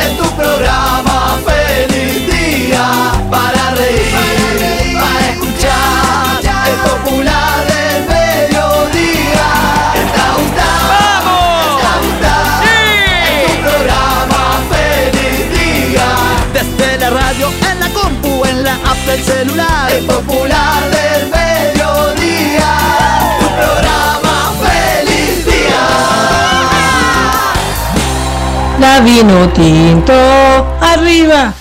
S20: en tu programa feliz día para reír, para escuchar el popular del mediodía. Está Gustav, vamos, está Gustav, en tu programa feliz día. Desde la radio, en la compu, en la app del celular, el popular del mediodía. Tu programa feliz día.
S11: La vino tinto. Arriba.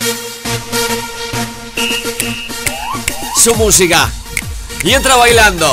S2: Su música. Y entra bailando.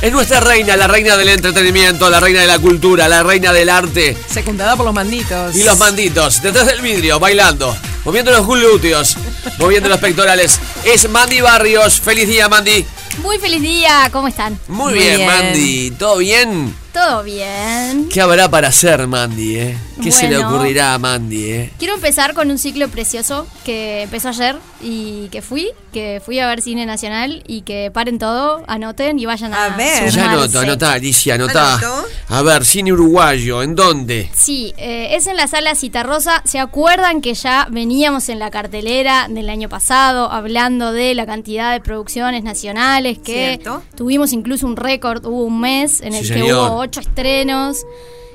S2: Es nuestra reina, la reina del entretenimiento, la reina de la cultura, la reina del arte.
S4: Secundada por los manditos.
S2: Y los manditos, detrás del vidrio, bailando, moviendo los glúteos, moviendo los pectorales. Es Mandy Barrios. Feliz día, Mandy.
S17: Muy feliz día, ¿cómo están?
S2: Muy, bien, Mandy. ¿Todo bien?
S17: Todo bien.
S2: ¿Qué habrá para hacer, Mandy, eh? ¿Qué se le
S17: Bueno.
S2: ocurrirá a Mandy, eh?
S17: Quiero empezar con un ciclo precioso que empezó ayer y que fui, que fui a ver cine nacional y que paren todo, anoten y vayan a, ver.
S2: Ya anota, anota, Alicia, anota.
S17: Anoto.
S2: A ver, cine uruguayo, ¿en dónde?
S17: Sí, eh, es en la sala Citarrosa. ¿Se acuerdan que ya veníamos en la cartelera del año pasado hablando de la cantidad de producciones nacionales que
S4: Cierto.
S17: tuvimos incluso un récord, hubo un mes en el
S4: Sí,
S17: que
S4: señor.
S17: hubo ocho estrenos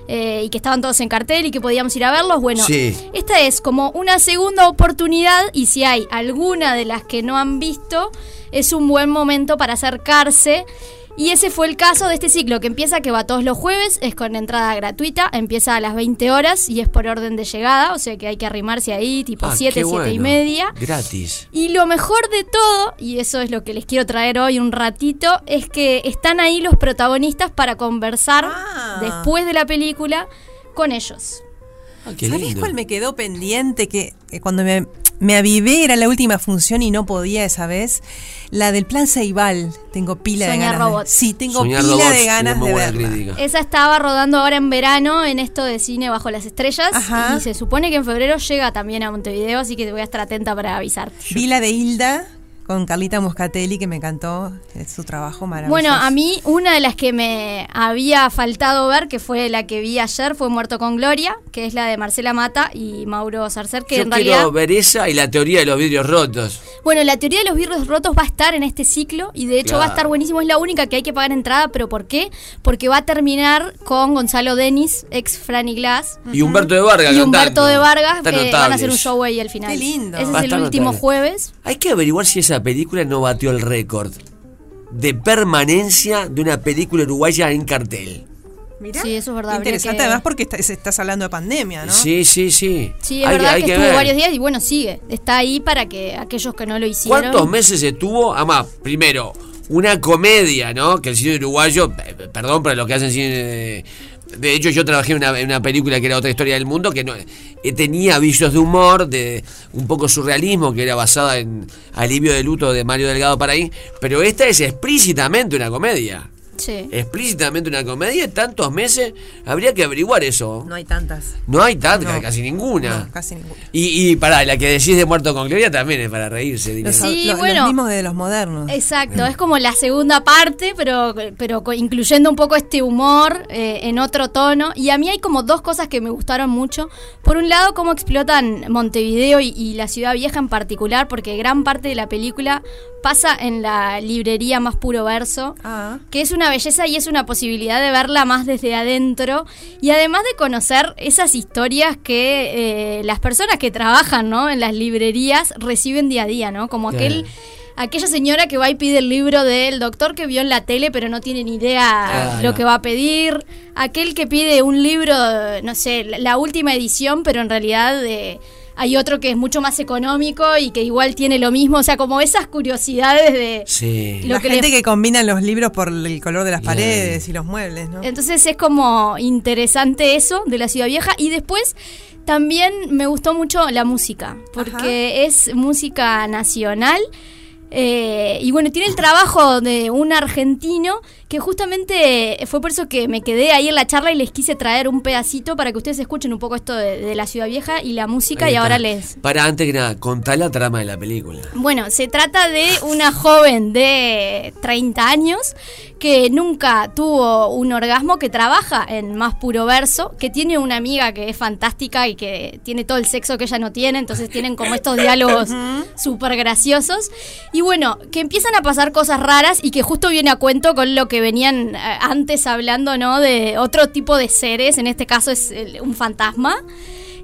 S17: eh, y que estaban todos en cartel y que podíamos ir a verlos? Bueno,
S2: Sí.
S17: esta es como una segunda oportunidad y si hay alguna de las que no han visto, es un buen momento para acercarse. Y ese fue el caso de este ciclo, que empieza que va todos los jueves, es con entrada gratuita, empieza a las 20 horas y es por orden de llegada, o sea que hay que arrimarse ahí, tipo
S2: Ah,
S17: 7,
S2: qué
S17: 7 y
S2: bueno.
S17: media.
S2: Gratis.
S17: Y lo mejor de todo, y eso es lo que les quiero traer hoy un ratito, es que están ahí los protagonistas para conversar después de la película con ellos. Ah,
S2: qué
S4: ¿Sabés
S2: lindo.
S4: cuál me quedó pendiente? Que eh, cuando me, me avivé era la última función y no podía esa vez. La del plan Ceibal. Tengo pila de
S17: Soñar
S4: ganas. de-
S17: Robot.
S4: sí, tengo
S2: Soñar
S4: pila
S2: Robots
S4: de
S2: tiene
S4: ganas
S2: muy
S4: de
S2: buena
S4: verla.
S2: crítica.
S17: Esa estaba rodando ahora en verano en esto de cine bajo las estrellas y se supone que en febrero llega también a Montevideo, así que te voy a estar atenta para avisar.
S4: Vi la de Hilda con Carlita Moscatelli, que me encantó. Es su trabajo maravilloso.
S17: Bueno, a mí una de las que me había faltado ver, que fue la que vi ayer, fue Muerto con Gloria, que es la de Marcela Mata y Mauro Sarcer, que
S2: Yo
S17: en realidad...
S2: quiero ver esa y la teoría de los vidrios rotos.
S17: Bueno, la teoría de los virus rotos va a estar en este ciclo y de hecho va a
S2: Claro.
S17: estar buenísimo. Es la única que hay que pagar entrada, pero ¿por qué? Porque va a terminar con Gonzalo Denis, ex Franny Glass.
S2: Y Humberto de Vargas
S17: Y Humberto
S2: cantando.
S17: de Vargas,
S2: Están
S17: que van a
S2: notables.
S17: hacer un show ahí al final. Qué lindo. Ese
S2: Va a
S17: es el
S2: estar
S17: último
S2: notable.
S17: jueves.
S2: Hay que averiguar si esa película no batió el récord de permanencia de una película uruguaya en cartel.
S17: Sí, eso es verdad. habría
S4: Interesante,
S17: que-
S4: además, porque está- se- estás hablando de pandemia, ¿no?
S2: Sí, sí, sí.
S17: Sí, es
S2: Hay-
S17: verdad
S2: hay
S17: que,
S2: que
S17: estuvo
S2: ver.
S17: varios días y bueno, sigue. Está ahí para que aquellos que no lo hicieron.
S2: ¿Cuántos meses estuvo? Además, primero, una comedia, ¿no? Que el cine uruguayo, pe- pe- perdón para los que hacen cine eh, De hecho, yo trabajé en una, en una película que era otra historia del mundo, que no, eh, tenía visos de humor, de un poco surrealismo, que era basada en Alivio de Luto de Mario Delgado Paraín, pero esta es explícitamente una comedia.
S17: Sí.
S2: Explícitamente una comedia, tantos meses, habría que averiguar eso.
S4: No hay tantas.
S2: No hay tanta,
S4: No.
S2: casi ninguna.
S4: No, casi ninguna.
S2: Y, y pará, la que decís de Muerto con Gloria también es para reírse. Dina.
S4: Los,
S17: Sí,
S4: los- los
S17: bueno.
S4: mismos de los modernos.
S17: Exacto, es como la segunda parte, pero, pero co- incluyendo un poco este humor eh, en otro tono. Y a mí hay como dos cosas que me gustaron mucho. Por un lado, cómo explotan Montevideo y, y la ciudad vieja en particular, porque gran parte de la película pasa en la librería más puro verso, que es una belleza y es una posibilidad de verla más desde adentro. Y además de conocer esas historias que eh, las personas que trabajan ¿no? en las librerías reciben día a día, ¿no? Como
S21: Claro.
S17: aquel aquella señora que va y pide el libro del doctor que vio en la tele pero no tiene ni idea
S21: Ah,
S17: lo
S21: no.
S17: que va a pedir, aquel que pide un libro, no sé, la- la última edición pero en realidad eh, hay otro que es mucho más económico y que igual tiene lo mismo, o sea, como esas curiosidades de...
S2: Sí.
S17: Lo
S4: la
S17: que
S4: gente
S17: le-
S4: que combina los libros por el color de las paredes y los muebles, ¿no?
S17: Entonces es como interesante eso de la ciudad vieja y después también me gustó mucho la música, porque es música nacional. eh, y bueno, tiene el trabajo de un argentino que justamente fue por eso que me quedé ahí en la charla y les quise traer un pedacito para que ustedes escuchen un poco esto de, de la ciudad vieja y la música
S2: Ahí
S17: y
S2: está.
S17: ahora les...
S2: Para antes que nada, contá la trama de la película.
S17: Bueno, se trata de una joven de 30 años que nunca tuvo un orgasmo, que trabaja en más puro verso, que tiene una amiga que es fantástica y que tiene todo el sexo que ella no tiene, entonces tienen como estos diálogos súper graciosos. Y bueno, que empiezan a pasar cosas raras y que justo viene a cuento con lo que venían eh, antes hablando, ¿no? De otro tipo de seres, en este caso es el- un fantasma,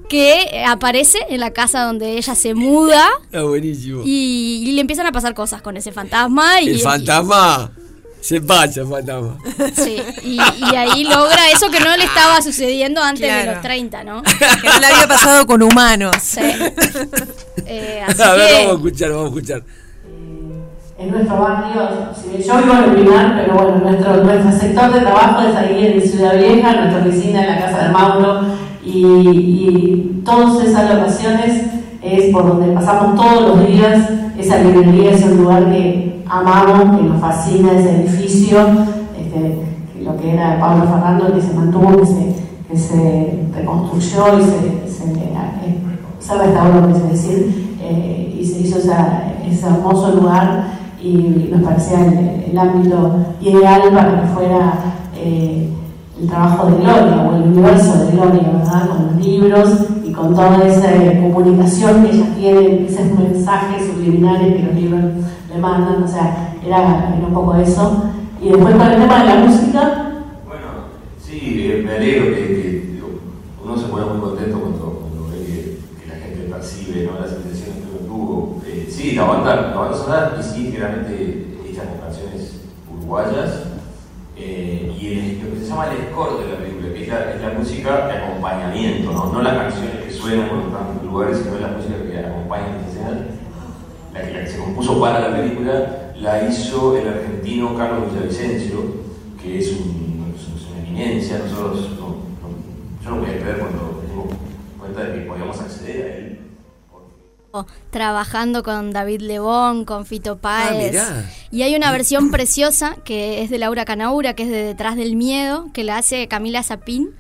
S17: que eh, aparece en la casa donde ella se muda.
S2: Está buenísimo.
S17: Y, y le empiezan a pasar cosas con ese fantasma. Y,
S2: El fantasma. Se pasa, el fantasma.
S17: y- sí, y- y ahí logra eso que no le estaba sucediendo antes de
S4: Claro.
S17: los 30, ¿no?
S4: Que no le había pasado con humanos.
S17: Eh, así
S2: A ver,
S17: que-
S2: vamos a escuchar, vamos a escuchar.
S22: en nuestro barrio, si bien yo vivo en el primar, pero bueno, nuestro, nuestro sector de trabajo es ahí en Ciudad Vieja, nuestra oficina en la Casa de Mauro, y, y todas esas locaciones es por donde pasamos todos los días, esa librería es un lugar que amamos, que nos fascina ese edificio, este, que lo que era de Pablo Ferrando, que se mantuvo, que se, que se reconstruyó y se, se, eh, se restauró, es decir, eh, y se hizo esa- ese hermoso lugar y nos parecía el, el ámbito ideal para que fuera eh, el trabajo de Gloria o el universo de Gloria, ¿verdad? Con los libros y con toda esa eh, comunicación que ella tiene, esos mensajes subliminales que los libros le mandan, o sea, era, era un poco eso. Y después con el tema de la música,
S23: Sí, eh, me alegro que, que, digo, uno se pone muy contento cuando, cuando ve que, que la gente percibe ¿no? las intenciones que uno tuvo. Eh, sí, la banda, la banda sonora es íntegramente hecha con canciones uruguayas eh, y el- lo que se llama el score de la película, que es la, es la música de acompañamiento, ¿no? no las canciones que suenan cuando están en los lugares, sino la música que acompaña las escenas. La que, la que se compuso para la película la hizo el argentino Carlos Villavicencio, que es un- es un- es una eminencia. Nosotros, no- no- yo no voy a creer cuando me dimos cuenta de que podíamos acceder a él.
S17: trabajando con David Lebón, con Fito Páez.
S23: mirá.
S17: y hay una versión preciosa que es de Laura Canaura, que es de Detrás del Miedo, que la hace Camila Zapín.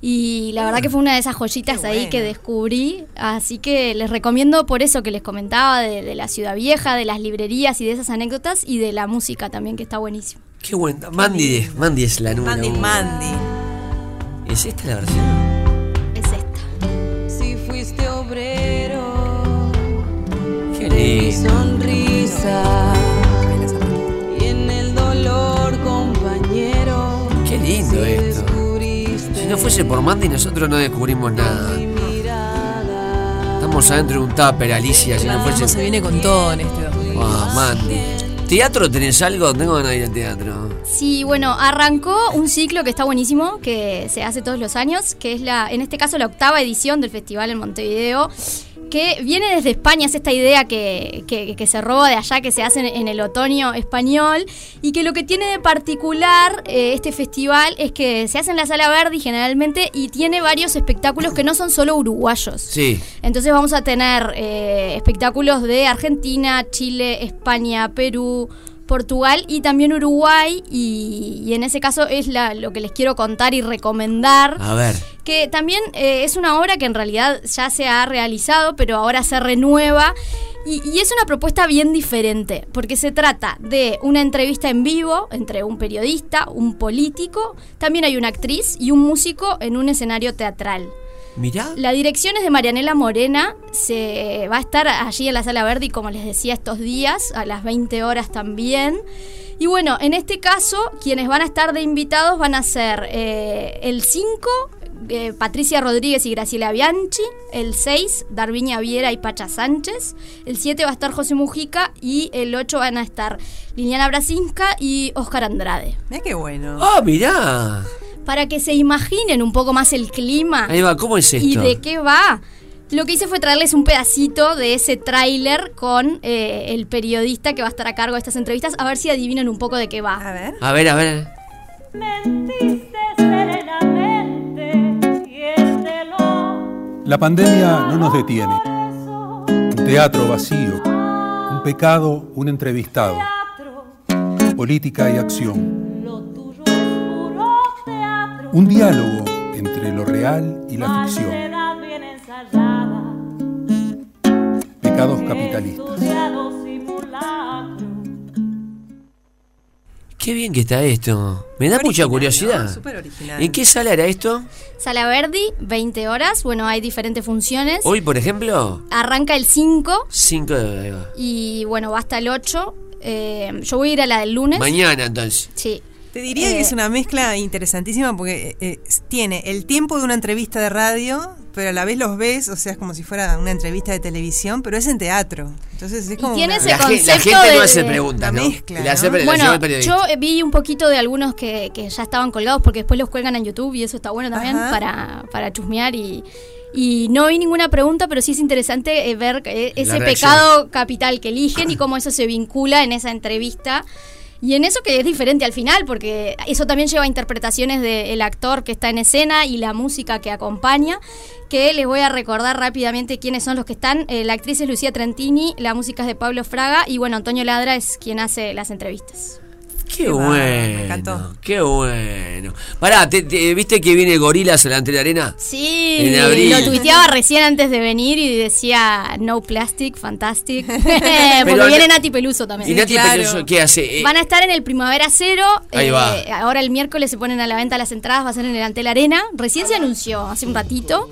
S17: Y la verdad que fue una de esas joyitas ahí que descubrí. Así que les recomiendo por eso que les comentaba de, de la ciudad vieja, de las librerías y de esas anécdotas y de la música también, que está buenísimo.
S2: Qué buen. Mandy es, Mandy es la número
S17: Mandy,
S2: uno.
S17: Mandy.
S2: ¿Es esta la versión?
S17: Es esta.
S21: Si fuiste obrero de
S2: Qué
S21: mi
S2: lindo.
S21: sonrisa y en el dolor, compañero,
S2: Qué lindo esto. Si no fuese por Mandy, nosotros no descubrimos nada. Estamos adentro de un tupper, Alicia. Si no fuese.
S4: se viene con todo en este
S2: Ah, Mandy. ¿Teatro tenés algo? Tengo ganas de ir al teatro.
S17: Sí, bueno, arrancó un ciclo que está buenísimo, que se hace todos los años, que es la, en este caso la octava edición del festival en Montevideo. que viene desde España, es esta idea que, que- que se roba de allá, que se hace en, en el otoño español, y que lo que tiene de particular eh, este festival es que se hace en la Sala Verdi generalmente y tiene varios espectáculos que no son solo uruguayos.
S2: Sí.
S17: Entonces vamos a tener eh, espectáculos de Argentina, Chile, España, Perú, Portugal y también Uruguay. Y, y en ese caso es la- lo que les quiero contar y recomendar.
S5: Ah.
S2: A ver.
S17: Que también eh, es una obra que en realidad ya se ha realizado, pero ahora se renueva. Y, y es una propuesta bien diferente, porque se trata de una entrevista en vivo entre un periodista, un político, también hay una actriz y un músico en un escenario teatral.
S2: Mirá.
S17: La dirección es de Marianela Morena, se va a estar allí en la Sala Verdi, como les decía, estos días, a las 20 horas también. Y bueno, en este caso, quienes van a estar de invitados van a ser eh, el 5, eh, Patricia Rodríguez y Graciela Bianchi, el 6, Darviña Viera y Pacha Sánchez, el 7 va a estar José Mujica y el 8 van a estar Liliana Brasinca y Óscar Andrade.
S4: Mira qué bueno.
S2: Ah, mirá.
S17: Para que se imaginen un poco más el clima.
S2: Ahí va, ¿cómo es esto?
S17: ¿Y de qué va? Lo que hice fue traerles un pedacito de ese tráiler con eh, el periodista que va a estar a cargo de estas entrevistas, a ver si adivinan un poco de qué va. A
S4: ver.
S2: A ver, a ver.
S3: La pandemia no nos detiene. Un teatro vacío, un pecado, un entrevistado. Política y acción. Un diálogo entre lo real y la ficción. Pecados capitalistas.
S2: Qué bien que está esto. Me da mucha curiosidad.
S17: original.
S2: ¿En qué sala era esto?
S17: Sala Verdi, 20 horas. Bueno, hay diferentes funciones.
S2: Hoy, por ejemplo,
S17: Arranca el 5
S2: 5 de... ahí va.
S17: y bueno, va hasta el 8. Eh, yo voy a ir a la del lunes.
S2: Mañana, entonces.
S17: Sí.
S4: Te diría que es
S2: Eh.
S4: una mezcla interesantísima porque eh, eh, tiene el tiempo de una entrevista de radio, pero a la vez los ves, o sea, es como si fuera una entrevista de televisión, pero es en teatro. Entonces es como
S17: tiene
S4: una-
S17: ese La gen-
S2: La gente no hace preguntas, ¿no? Le hace pre- le
S17: Bueno,
S2: lleva el periodista.
S17: yo eh, vi un poquito de algunos que, que ya estaban colgados porque después los cuelgan en YouTube y eso está bueno también
S4: Ajá.
S17: para, para chusmear y, y no vi ninguna pregunta, pero sí es interesante eh, ver eh, ese
S7: reacción.
S17: pecado capital que eligen y cómo eso se vincula en esa entrevista. Y en eso que es diferente al final, porque eso también lleva a interpretaciones del actor que está en escena y la música que acompaña, que les voy a recordar rápidamente quiénes son los que están. Eh, la actriz es Lucía Trentini, la música es de Pablo Fraga y bueno, Antonio Ladra es quien hace las entrevistas.
S2: Qué bueno. Qué bueno. Pará, te- te- ¿viste que viene Gorilas delante de la arena?
S17: Eh, Sí,
S2: En abril.
S17: lo tuiteaba recién antes de venir y decía no plastic, fantastic.
S2: Pero-
S17: Porque viene Nati Peluso también.
S2: ¿Y Nati Peluso qué hace? Eh,
S17: Van a estar en el Primavera Cero. eh,
S2: Ahí va.
S17: Ahora el miércoles se ponen a la venta las entradas, va a ser en el Antel Arena. Recién se anunció, hace un ratito.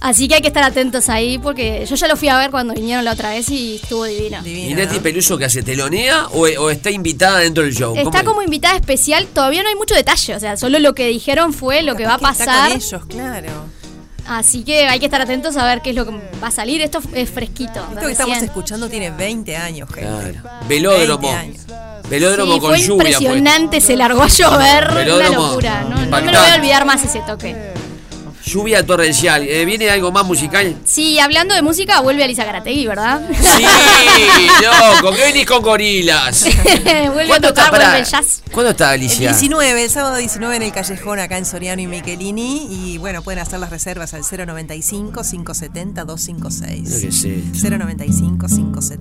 S17: Así que hay que estar atentos ahí porque yo ya lo fui a ver cuando vinieron la otra vez y estuvo divino.
S2: ¿Y Nati Peluso qué hace? ¿Telonea o, o está invitada dentro del show? ¿Cómo
S17: Está
S2: es?
S17: como invitada especial, todavía no hay mucho detalle, o sea, solo lo que dijeron fue lo que va a
S4: Capaz que está
S17: pasar.
S4: con ellos, claro.
S17: Así que hay que estar atentos a ver qué es lo que va a salir. Esto es fresquito. de
S4: Esto que estamos
S17: recién.
S4: escuchando tiene 20 años, gente.
S2: Claro. Velódromo.
S4: 20
S2: Velódromo
S17: Sí,
S2: con
S17: fue
S2: lluvia. pues. fue.
S17: impresionante, se largó a llover, una
S2: Velódromo
S17: locura. No, No me lo
S2: impactante.
S17: voy a olvidar más ese toque.
S2: Lluvia torrencial. Eh, ¿Viene algo más musical?
S17: Sí, hablando de música, vuelve Alisa Garategui, ¿verdad?
S2: Sí, loco, que venís con gorilas.
S17: vuelve a tocar,
S2: pará?
S17: vuelve el jazz.
S2: ¿Cuándo está
S4: El
S2: Alicia?
S4: 19, el sábado 19 en el Callejón, acá en Soriano y Michelini. Y bueno, pueden hacer las reservas al 095-570-256.
S2: Creo que sí.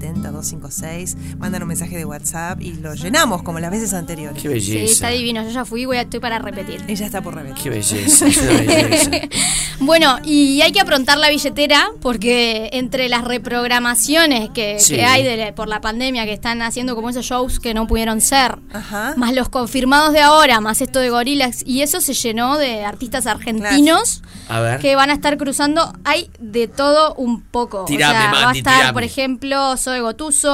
S4: 095-570-256. Mandan un mensaje de WhatsApp y lo llenamos como las veces anteriores.
S2: Qué
S17: Sí, está
S2: belleza.
S17: divino. Yo ya fui, voy a, estoy para repetir.
S4: Ella está por repetir.
S2: Qué belleza. es una belleza.
S17: bueno, y hay que aprontar la billetera porque entre las reprogramaciones que,
S2: Sí.
S17: que hay de la- por la pandemia que están haciendo como esos shows que no pudieron ser,
S2: Ah.
S17: más los confirmados de ahora, más esto de gorilas, y eso se llenó de artistas argentinos
S2: A ver.
S17: que van a estar cruzando. Hay de todo un poco.
S2: Tirame,
S17: o sea, va a
S2: Mati,
S17: estar,
S2: tirame.
S17: por ejemplo, Zoe Gotuso,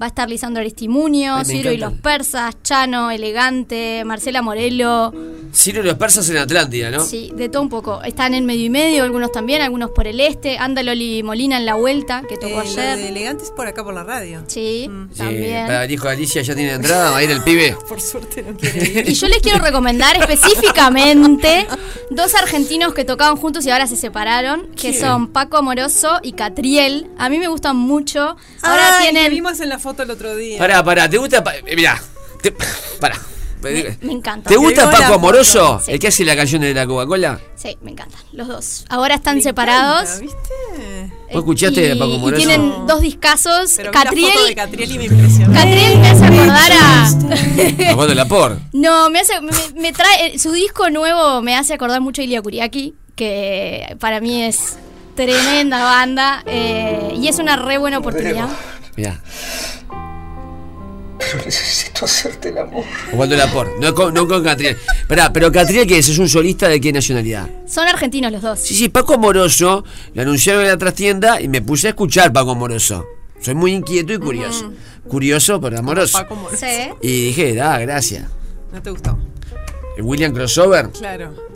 S17: va a estar Lisandro Aristimuño,
S2: Ay, me
S17: Ciro y los
S2: encantan.
S17: Persas, Chano, Elegante, Marcela Morelo.
S2: Ciro y los persas en Atlántida, ¿no?
S17: Sí, de todo un poco. Están en medio y medio, algunos también, algunos por el este. Andaloli Molina en la vuelta, que tocó
S4: Eh,
S17: ayer.
S4: lo de Mm. elegantes por acá por la radio.
S17: Sí,
S2: Sí,
S17: también.
S2: Eh, para el hijo de Alicia ya tiene entrada, va a ir el pibe.
S4: Por suerte no
S17: Y yo les quiero recomendar específicamente dos argentinos que tocaban juntos y ahora se separaron, que
S4: ¿Quién?
S17: son Paco Amoroso y Catriel. A mí me gustan mucho. Ahora
S4: Ahora
S17: tienen...
S4: vimos en la foto el otro día.
S2: Pará, pará, ¿te gusta? pa- eh, mirá, te- pará. Eh,
S17: Me encanta.
S2: ¿Te gusta
S17: Llegó la
S2: Paco
S17: foto.
S2: Amoroso?
S17: Sí.
S2: ¿El que hace la canción de la Coca-Cola?
S17: Sí, me encantan, los dos. Ahora están separados. Eh,
S2: ¿Vos escuchaste
S17: y,
S2: a Paco
S17: y
S2: Amoroso?
S17: tienen dos discazos.
S4: Pero vi la
S17: Catriel,
S4: foto de Catriel y me impresionó.
S17: Catriel me hace acordar a...
S2: La voz de la por.
S17: No, me hace, me, me trae, eh, su disco nuevo me hace acordar mucho a Ilia Kuriaki, que para mí es tremenda banda eh, y es una re buena oportunidad.
S2: Mirá,
S6: Yo necesito hacerte el amor.
S2: Osvaldo Lapor, no con, no con Catriel. Pará, pero Catriel, ¿qué es? ¿Es un solista de qué nacionalidad?
S17: Son argentinos los dos.
S2: Sí, sí, Paco Amoroso, lo anunciaron en la trastienda y me puse a escuchar Paco Amoroso. Soy muy inquieto y curioso. Curioso, pero amoroso.
S4: Paco Moroso.
S2: Y dije, ah, gracias.
S4: No te gustó.
S2: El William Crossover.
S4: Claro.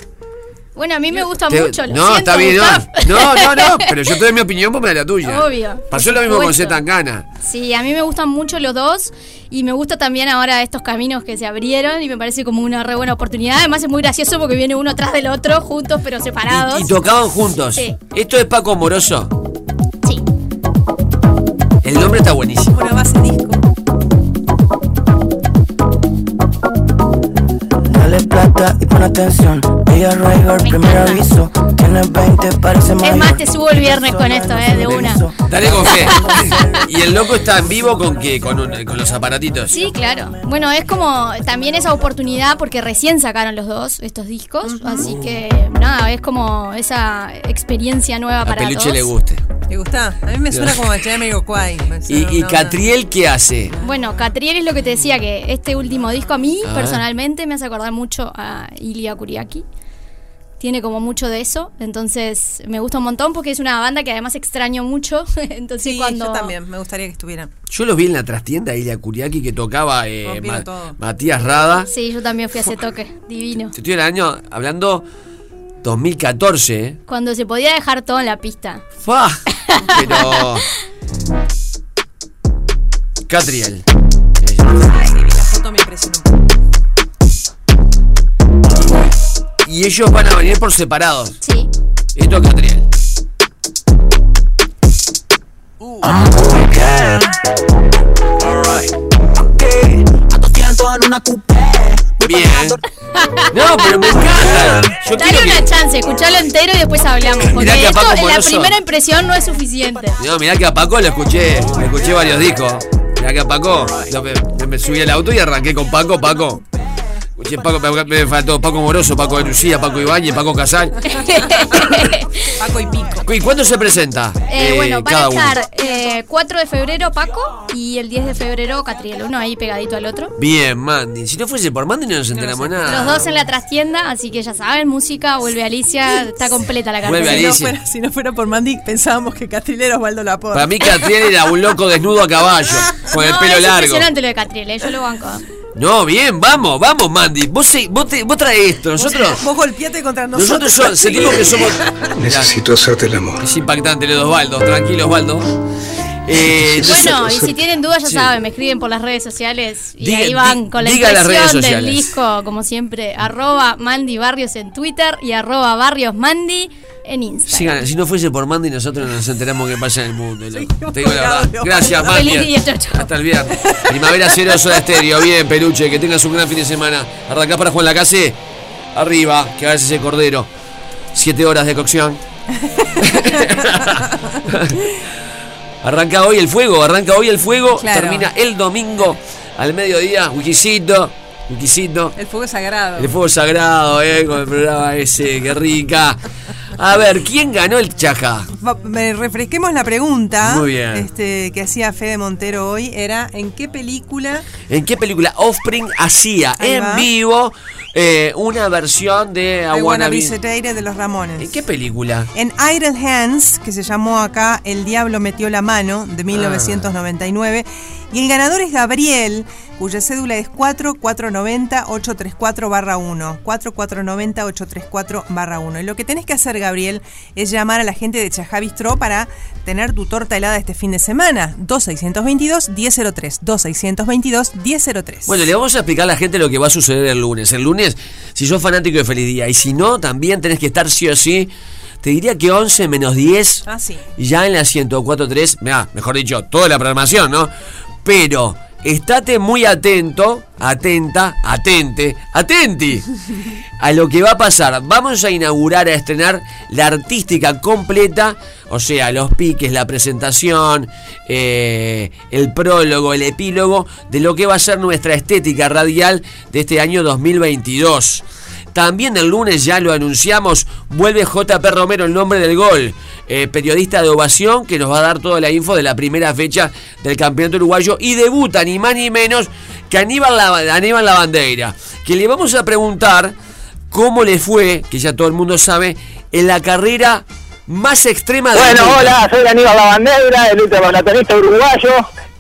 S17: Bueno, a mí me gusta
S2: Te-
S17: mucho. Lo
S2: no,
S17: siento,
S2: está bien, no.
S17: Gustavo.
S2: No, no, no, pero yo te doy mi opinión porque es la tuya.
S17: Obvio,
S2: Pasó
S17: por
S2: lo mismo con
S17: supuesto.
S2: Z Tangana.
S17: Sí, a mí me gustan mucho los dos y me gusta también ahora estos caminos que se abrieron y me parece como una re buena oportunidad. Además es muy gracioso porque viene uno atrás del otro, juntos pero separados.
S2: Y tocaban juntos.
S17: Sí.
S2: Esto es Paco Amoroso.
S17: Sí.
S2: El nombre está buenísimo.
S4: Una base disco.
S7: Dale plata y pon atención. Ella Rager, primer aviso. Tiene 20, parece
S17: Es
S7: mayor.
S17: más, te subo el viernes con esto, eh, de una.
S2: Dale con fe. y el loco está en vivo con qué? Con, un- con los aparatitos.
S17: Sí, claro. Bueno, es como también esa oportunidad porque recién sacaron los dos estos discos,
S2: Uh.
S17: así que nada, es como esa experiencia nueva
S2: A
S17: para
S2: Peluche
S17: todos.
S2: le guste.
S4: ¿Te gusta? A mí me suena
S2: No.
S4: como a Jeremy Guay.
S2: ¿Y, y Catriel qué hace?
S17: Bueno, Catriel es lo que te decía que este último disco a mí
S2: Ah.
S17: personalmente me hace acordar mucho a Ilia Kuriaki. Tiene como mucho de eso, entonces me gusta un montón porque es una banda que además extraño mucho, entonces
S4: Sí,
S17: cuando
S4: yo también. Me gustaría que estuvieran.
S2: Yo los vi en la trastienda Ilia Kuriaki que tocaba eh,
S4: Rompieron
S2: Ma-
S4: todo.
S2: Matías Rada.
S17: Sí, yo también fui a ese toque, divino.
S2: Te estoy en el año hablando 2014, ¿eh?
S17: Cuando se podía dejar todo en la pista.
S2: Fa. Pero. Catriel.
S4: La foto me impresionó.
S2: Y ellos van a venir por separados.
S17: Sí.
S2: Esto es Catriel.
S6: Siento en una coupé.
S2: Bien. No, pero me encanta. Yo
S17: Dale
S2: quiero
S17: una
S2: que-
S17: chance, escuchalo entero y después hablamos.
S2: Mirá que
S17: Porque
S2: a Paco
S17: esto, en la
S2: Moroso-
S17: primera impresión no es suficiente.
S2: No, mirá que a Paco lo escuché. Le escuché varios discos. Mirá que a Paco. lo- me, me subí al auto y arranqué con Paco, Paco. Escuché Paco, me, me faltó Paco Moroso, Paco de Lucía, Paco Ibáñez, Paco Casal.
S4: Paco y Pico.
S2: ¿Y cuándo se presenta?
S17: Eh,
S2: eh,
S17: bueno, van a
S2: cada uno?
S17: estar eh, 4 de febrero Paco y el 10 de febrero Catriel, uno ahí pegadito al otro.
S2: Bien, Mandy. Si no fuese por Mandy no nos enteramos nada.
S17: Los dos en la trastienda, así que ya saben, música, vuelve Alicia, está completa la carta.
S2: Vuelve
S4: Si no,
S2: Alicia.
S4: fuera, si no fuera por Mandy, pensábamos que Catriel era Osvaldo Laporte.
S2: Para mí Catriel era un loco desnudo a caballo, con el
S17: No,
S2: pelo
S17: es
S2: largo.
S17: impresionante lo de Catriel, eh, yo lo banco.
S2: No, bien, vamos, vamos, Mandy. Vos, se- vos, te- vos traes esto, nosotros...
S4: Vos golpeate contra nosotros.
S2: Nosotros so- sentimos que somos...
S6: Necesito hacerte el amor.
S2: Es impactante lo de Osvaldo, tranquilo Osvaldo. Eh,
S17: Bueno, y si tienen dudas ya
S2: Sí.
S17: saben, me escriben por las redes sociales y
S2: Diga-
S17: ahí van con la
S2: diga las redes
S17: impresión del
S2: sociales.
S17: disco, como siempre, arroba Mandy Barrios en Twitter y arroba Barrios Mandy en Instagram.
S2: Sigan, si no fuese por Mandy nosotros no nos enteramos qué pasa en el mundo. loco. Te digo la
S17: colgados,
S2: verdad.
S17: loco.
S2: Gracias,
S17: Feliz
S2: Mandy.
S17: día, chau, chau.
S2: Hasta el viernes. Primavera Cero Soda Estéreo. Bien, Peluche, que tengas un gran fin de semana. Arrancás para Juan Lacase. Arriba, que hagas ese cordero. Siete horas de cocción. arranca hoy el fuego, arranca hoy el fuego.
S4: Claro.
S2: Termina el domingo al mediodía. Wikisito, wikisito.
S4: El fuego es sagrado.
S2: El fuego sagrado, eh, con el programa ese, qué rica. A ver, ¿quién ganó el chaja?
S4: Va- me- refresquemos la pregunta
S2: Muy bien.
S4: Este, que hacía Fede Montero hoy. Era, ¿en qué película
S2: ¿En qué película Offspring hacía
S4: Ahí
S2: en
S4: va.
S2: vivo eh, una versión de I
S4: I Wanna
S2: Wanna
S4: Be
S2: Be-
S4: Sedated de los Ramones?
S2: ¿En qué película?
S4: En Idle
S2: Ah.
S4: Hands, que se llamó acá El Diablo Metió la Mano, de 1999, Y el ganador es Gabriel, cuya cédula es 4490-834-1. 4490-834-1. Y lo que tenés que hacer, Gabriel, es llamar a la gente de Chajabistró para tener tu torta helada este fin de semana. 2622-1003. 2622-1003.
S2: Bueno, le vamos a explicar a la gente lo que va a suceder el lunes. El lunes, si sos fanático de Feliz Día, y si no, también tenés que estar sí o sí. Te diría que 11 menos 10,
S4: Ah, sí.
S2: ya en la 104.3, mirá, mejor dicho, toda la programación, ¿no? Pero estate muy atento, atenta, atente, atenti a lo que va a pasar. Vamos a inaugurar, a estrenar la artística completa, o sea, los piques, la presentación, eh, el prólogo, el epílogo de lo que va a ser nuestra estética radial de este año 2022. También el lunes ya lo anunciamos, vuelve JP Romero, el nombre del gol, eh, periodista de ovación que nos va a dar toda la info de la primera fecha del campeonato uruguayo y debuta ni más ni menos que Aníbal, la, Aníbal Lavandeira, que le vamos a preguntar cómo le fue, que ya todo el mundo sabe, en la carrera más extrema del
S9: Bueno,
S2: mundo.
S9: hola, soy Aníbal Lavandeira, el ultramaratonista uruguayo.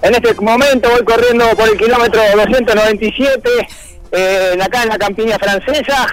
S9: En este momento voy corriendo por el kilómetro 297, eh, acá en la campiña francesa.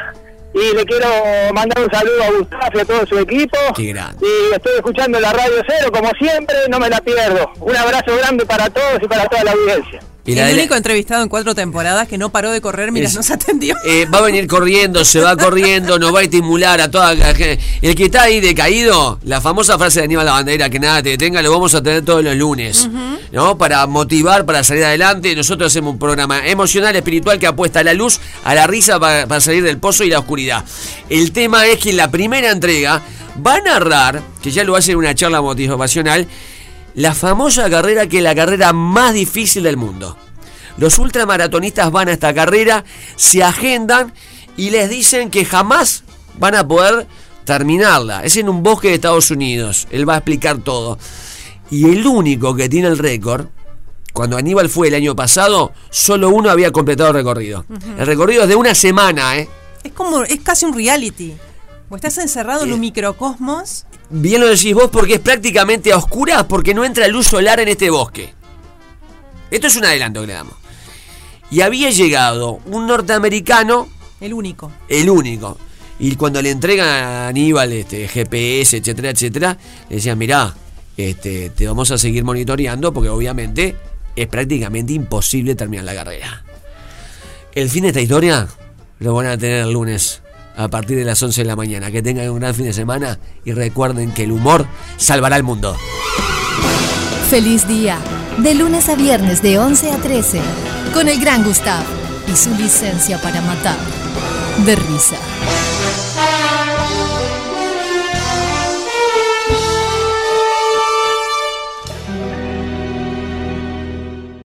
S9: Y le quiero mandar un saludo a Gustavo y a todo su equipo. Y estoy escuchando la Radio Cero, como siempre, no me la pierdo. Un abrazo grande para todos y para toda la audiencia.
S2: Y la
S4: el
S2: de la-
S4: único entrevistado en cuatro temporadas que no paró de correr mientras
S2: Es-
S4: nos atendió.
S2: Eh, va a venir corriendo, se va corriendo, nos va a estimular a toda la gente. El que está ahí decaído, la famosa frase de Aníbal la bandera, que nada te detenga, lo vamos a tener todos los lunes. ¿no? Para motivar, para salir adelante. Nosotros hacemos un programa emocional, espiritual, que apuesta a la luz, a la risa, para, para salir del pozo y la oscuridad. El tema es que en la primera entrega va a narrar, que ya lo hace en una charla motivacional, la famosa carrera que es la carrera más difícil del mundo. Los ultramaratonistas van a esta carrera, se agendan y les dicen que jamás van a poder terminarla. Es en un bosque de Estados Unidos. Él va a explicar todo. Y el único que tiene el récord, cuando Aníbal fue el año pasado, solo uno había completado el recorrido. El recorrido es de una semana, ¿eh?
S4: Es como, es casi un reality. O estás encerrado en un microcosmos.
S2: Bien lo decís vos porque es prácticamente a oscuras porque no entra luz solar en este bosque. Esto es un adelanto que le damos. Y había llegado un norteamericano,
S4: El único.
S2: el único. Y cuando le entregan a Aníbal este, GPS, etcétera, etcétera, le decían, mirá, este, te vamos a seguir monitoreando porque obviamente es prácticamente imposible terminar la carrera. El fin de esta historia lo van a tener el lunes a partir de las 11 de la mañana. Que tengan un gran fin de semana y recuerden que el humor salvará al mundo.
S1: Feliz día. De lunes a viernes de 11 a 13. Con el gran Gustav y su licencia para matar. De risa.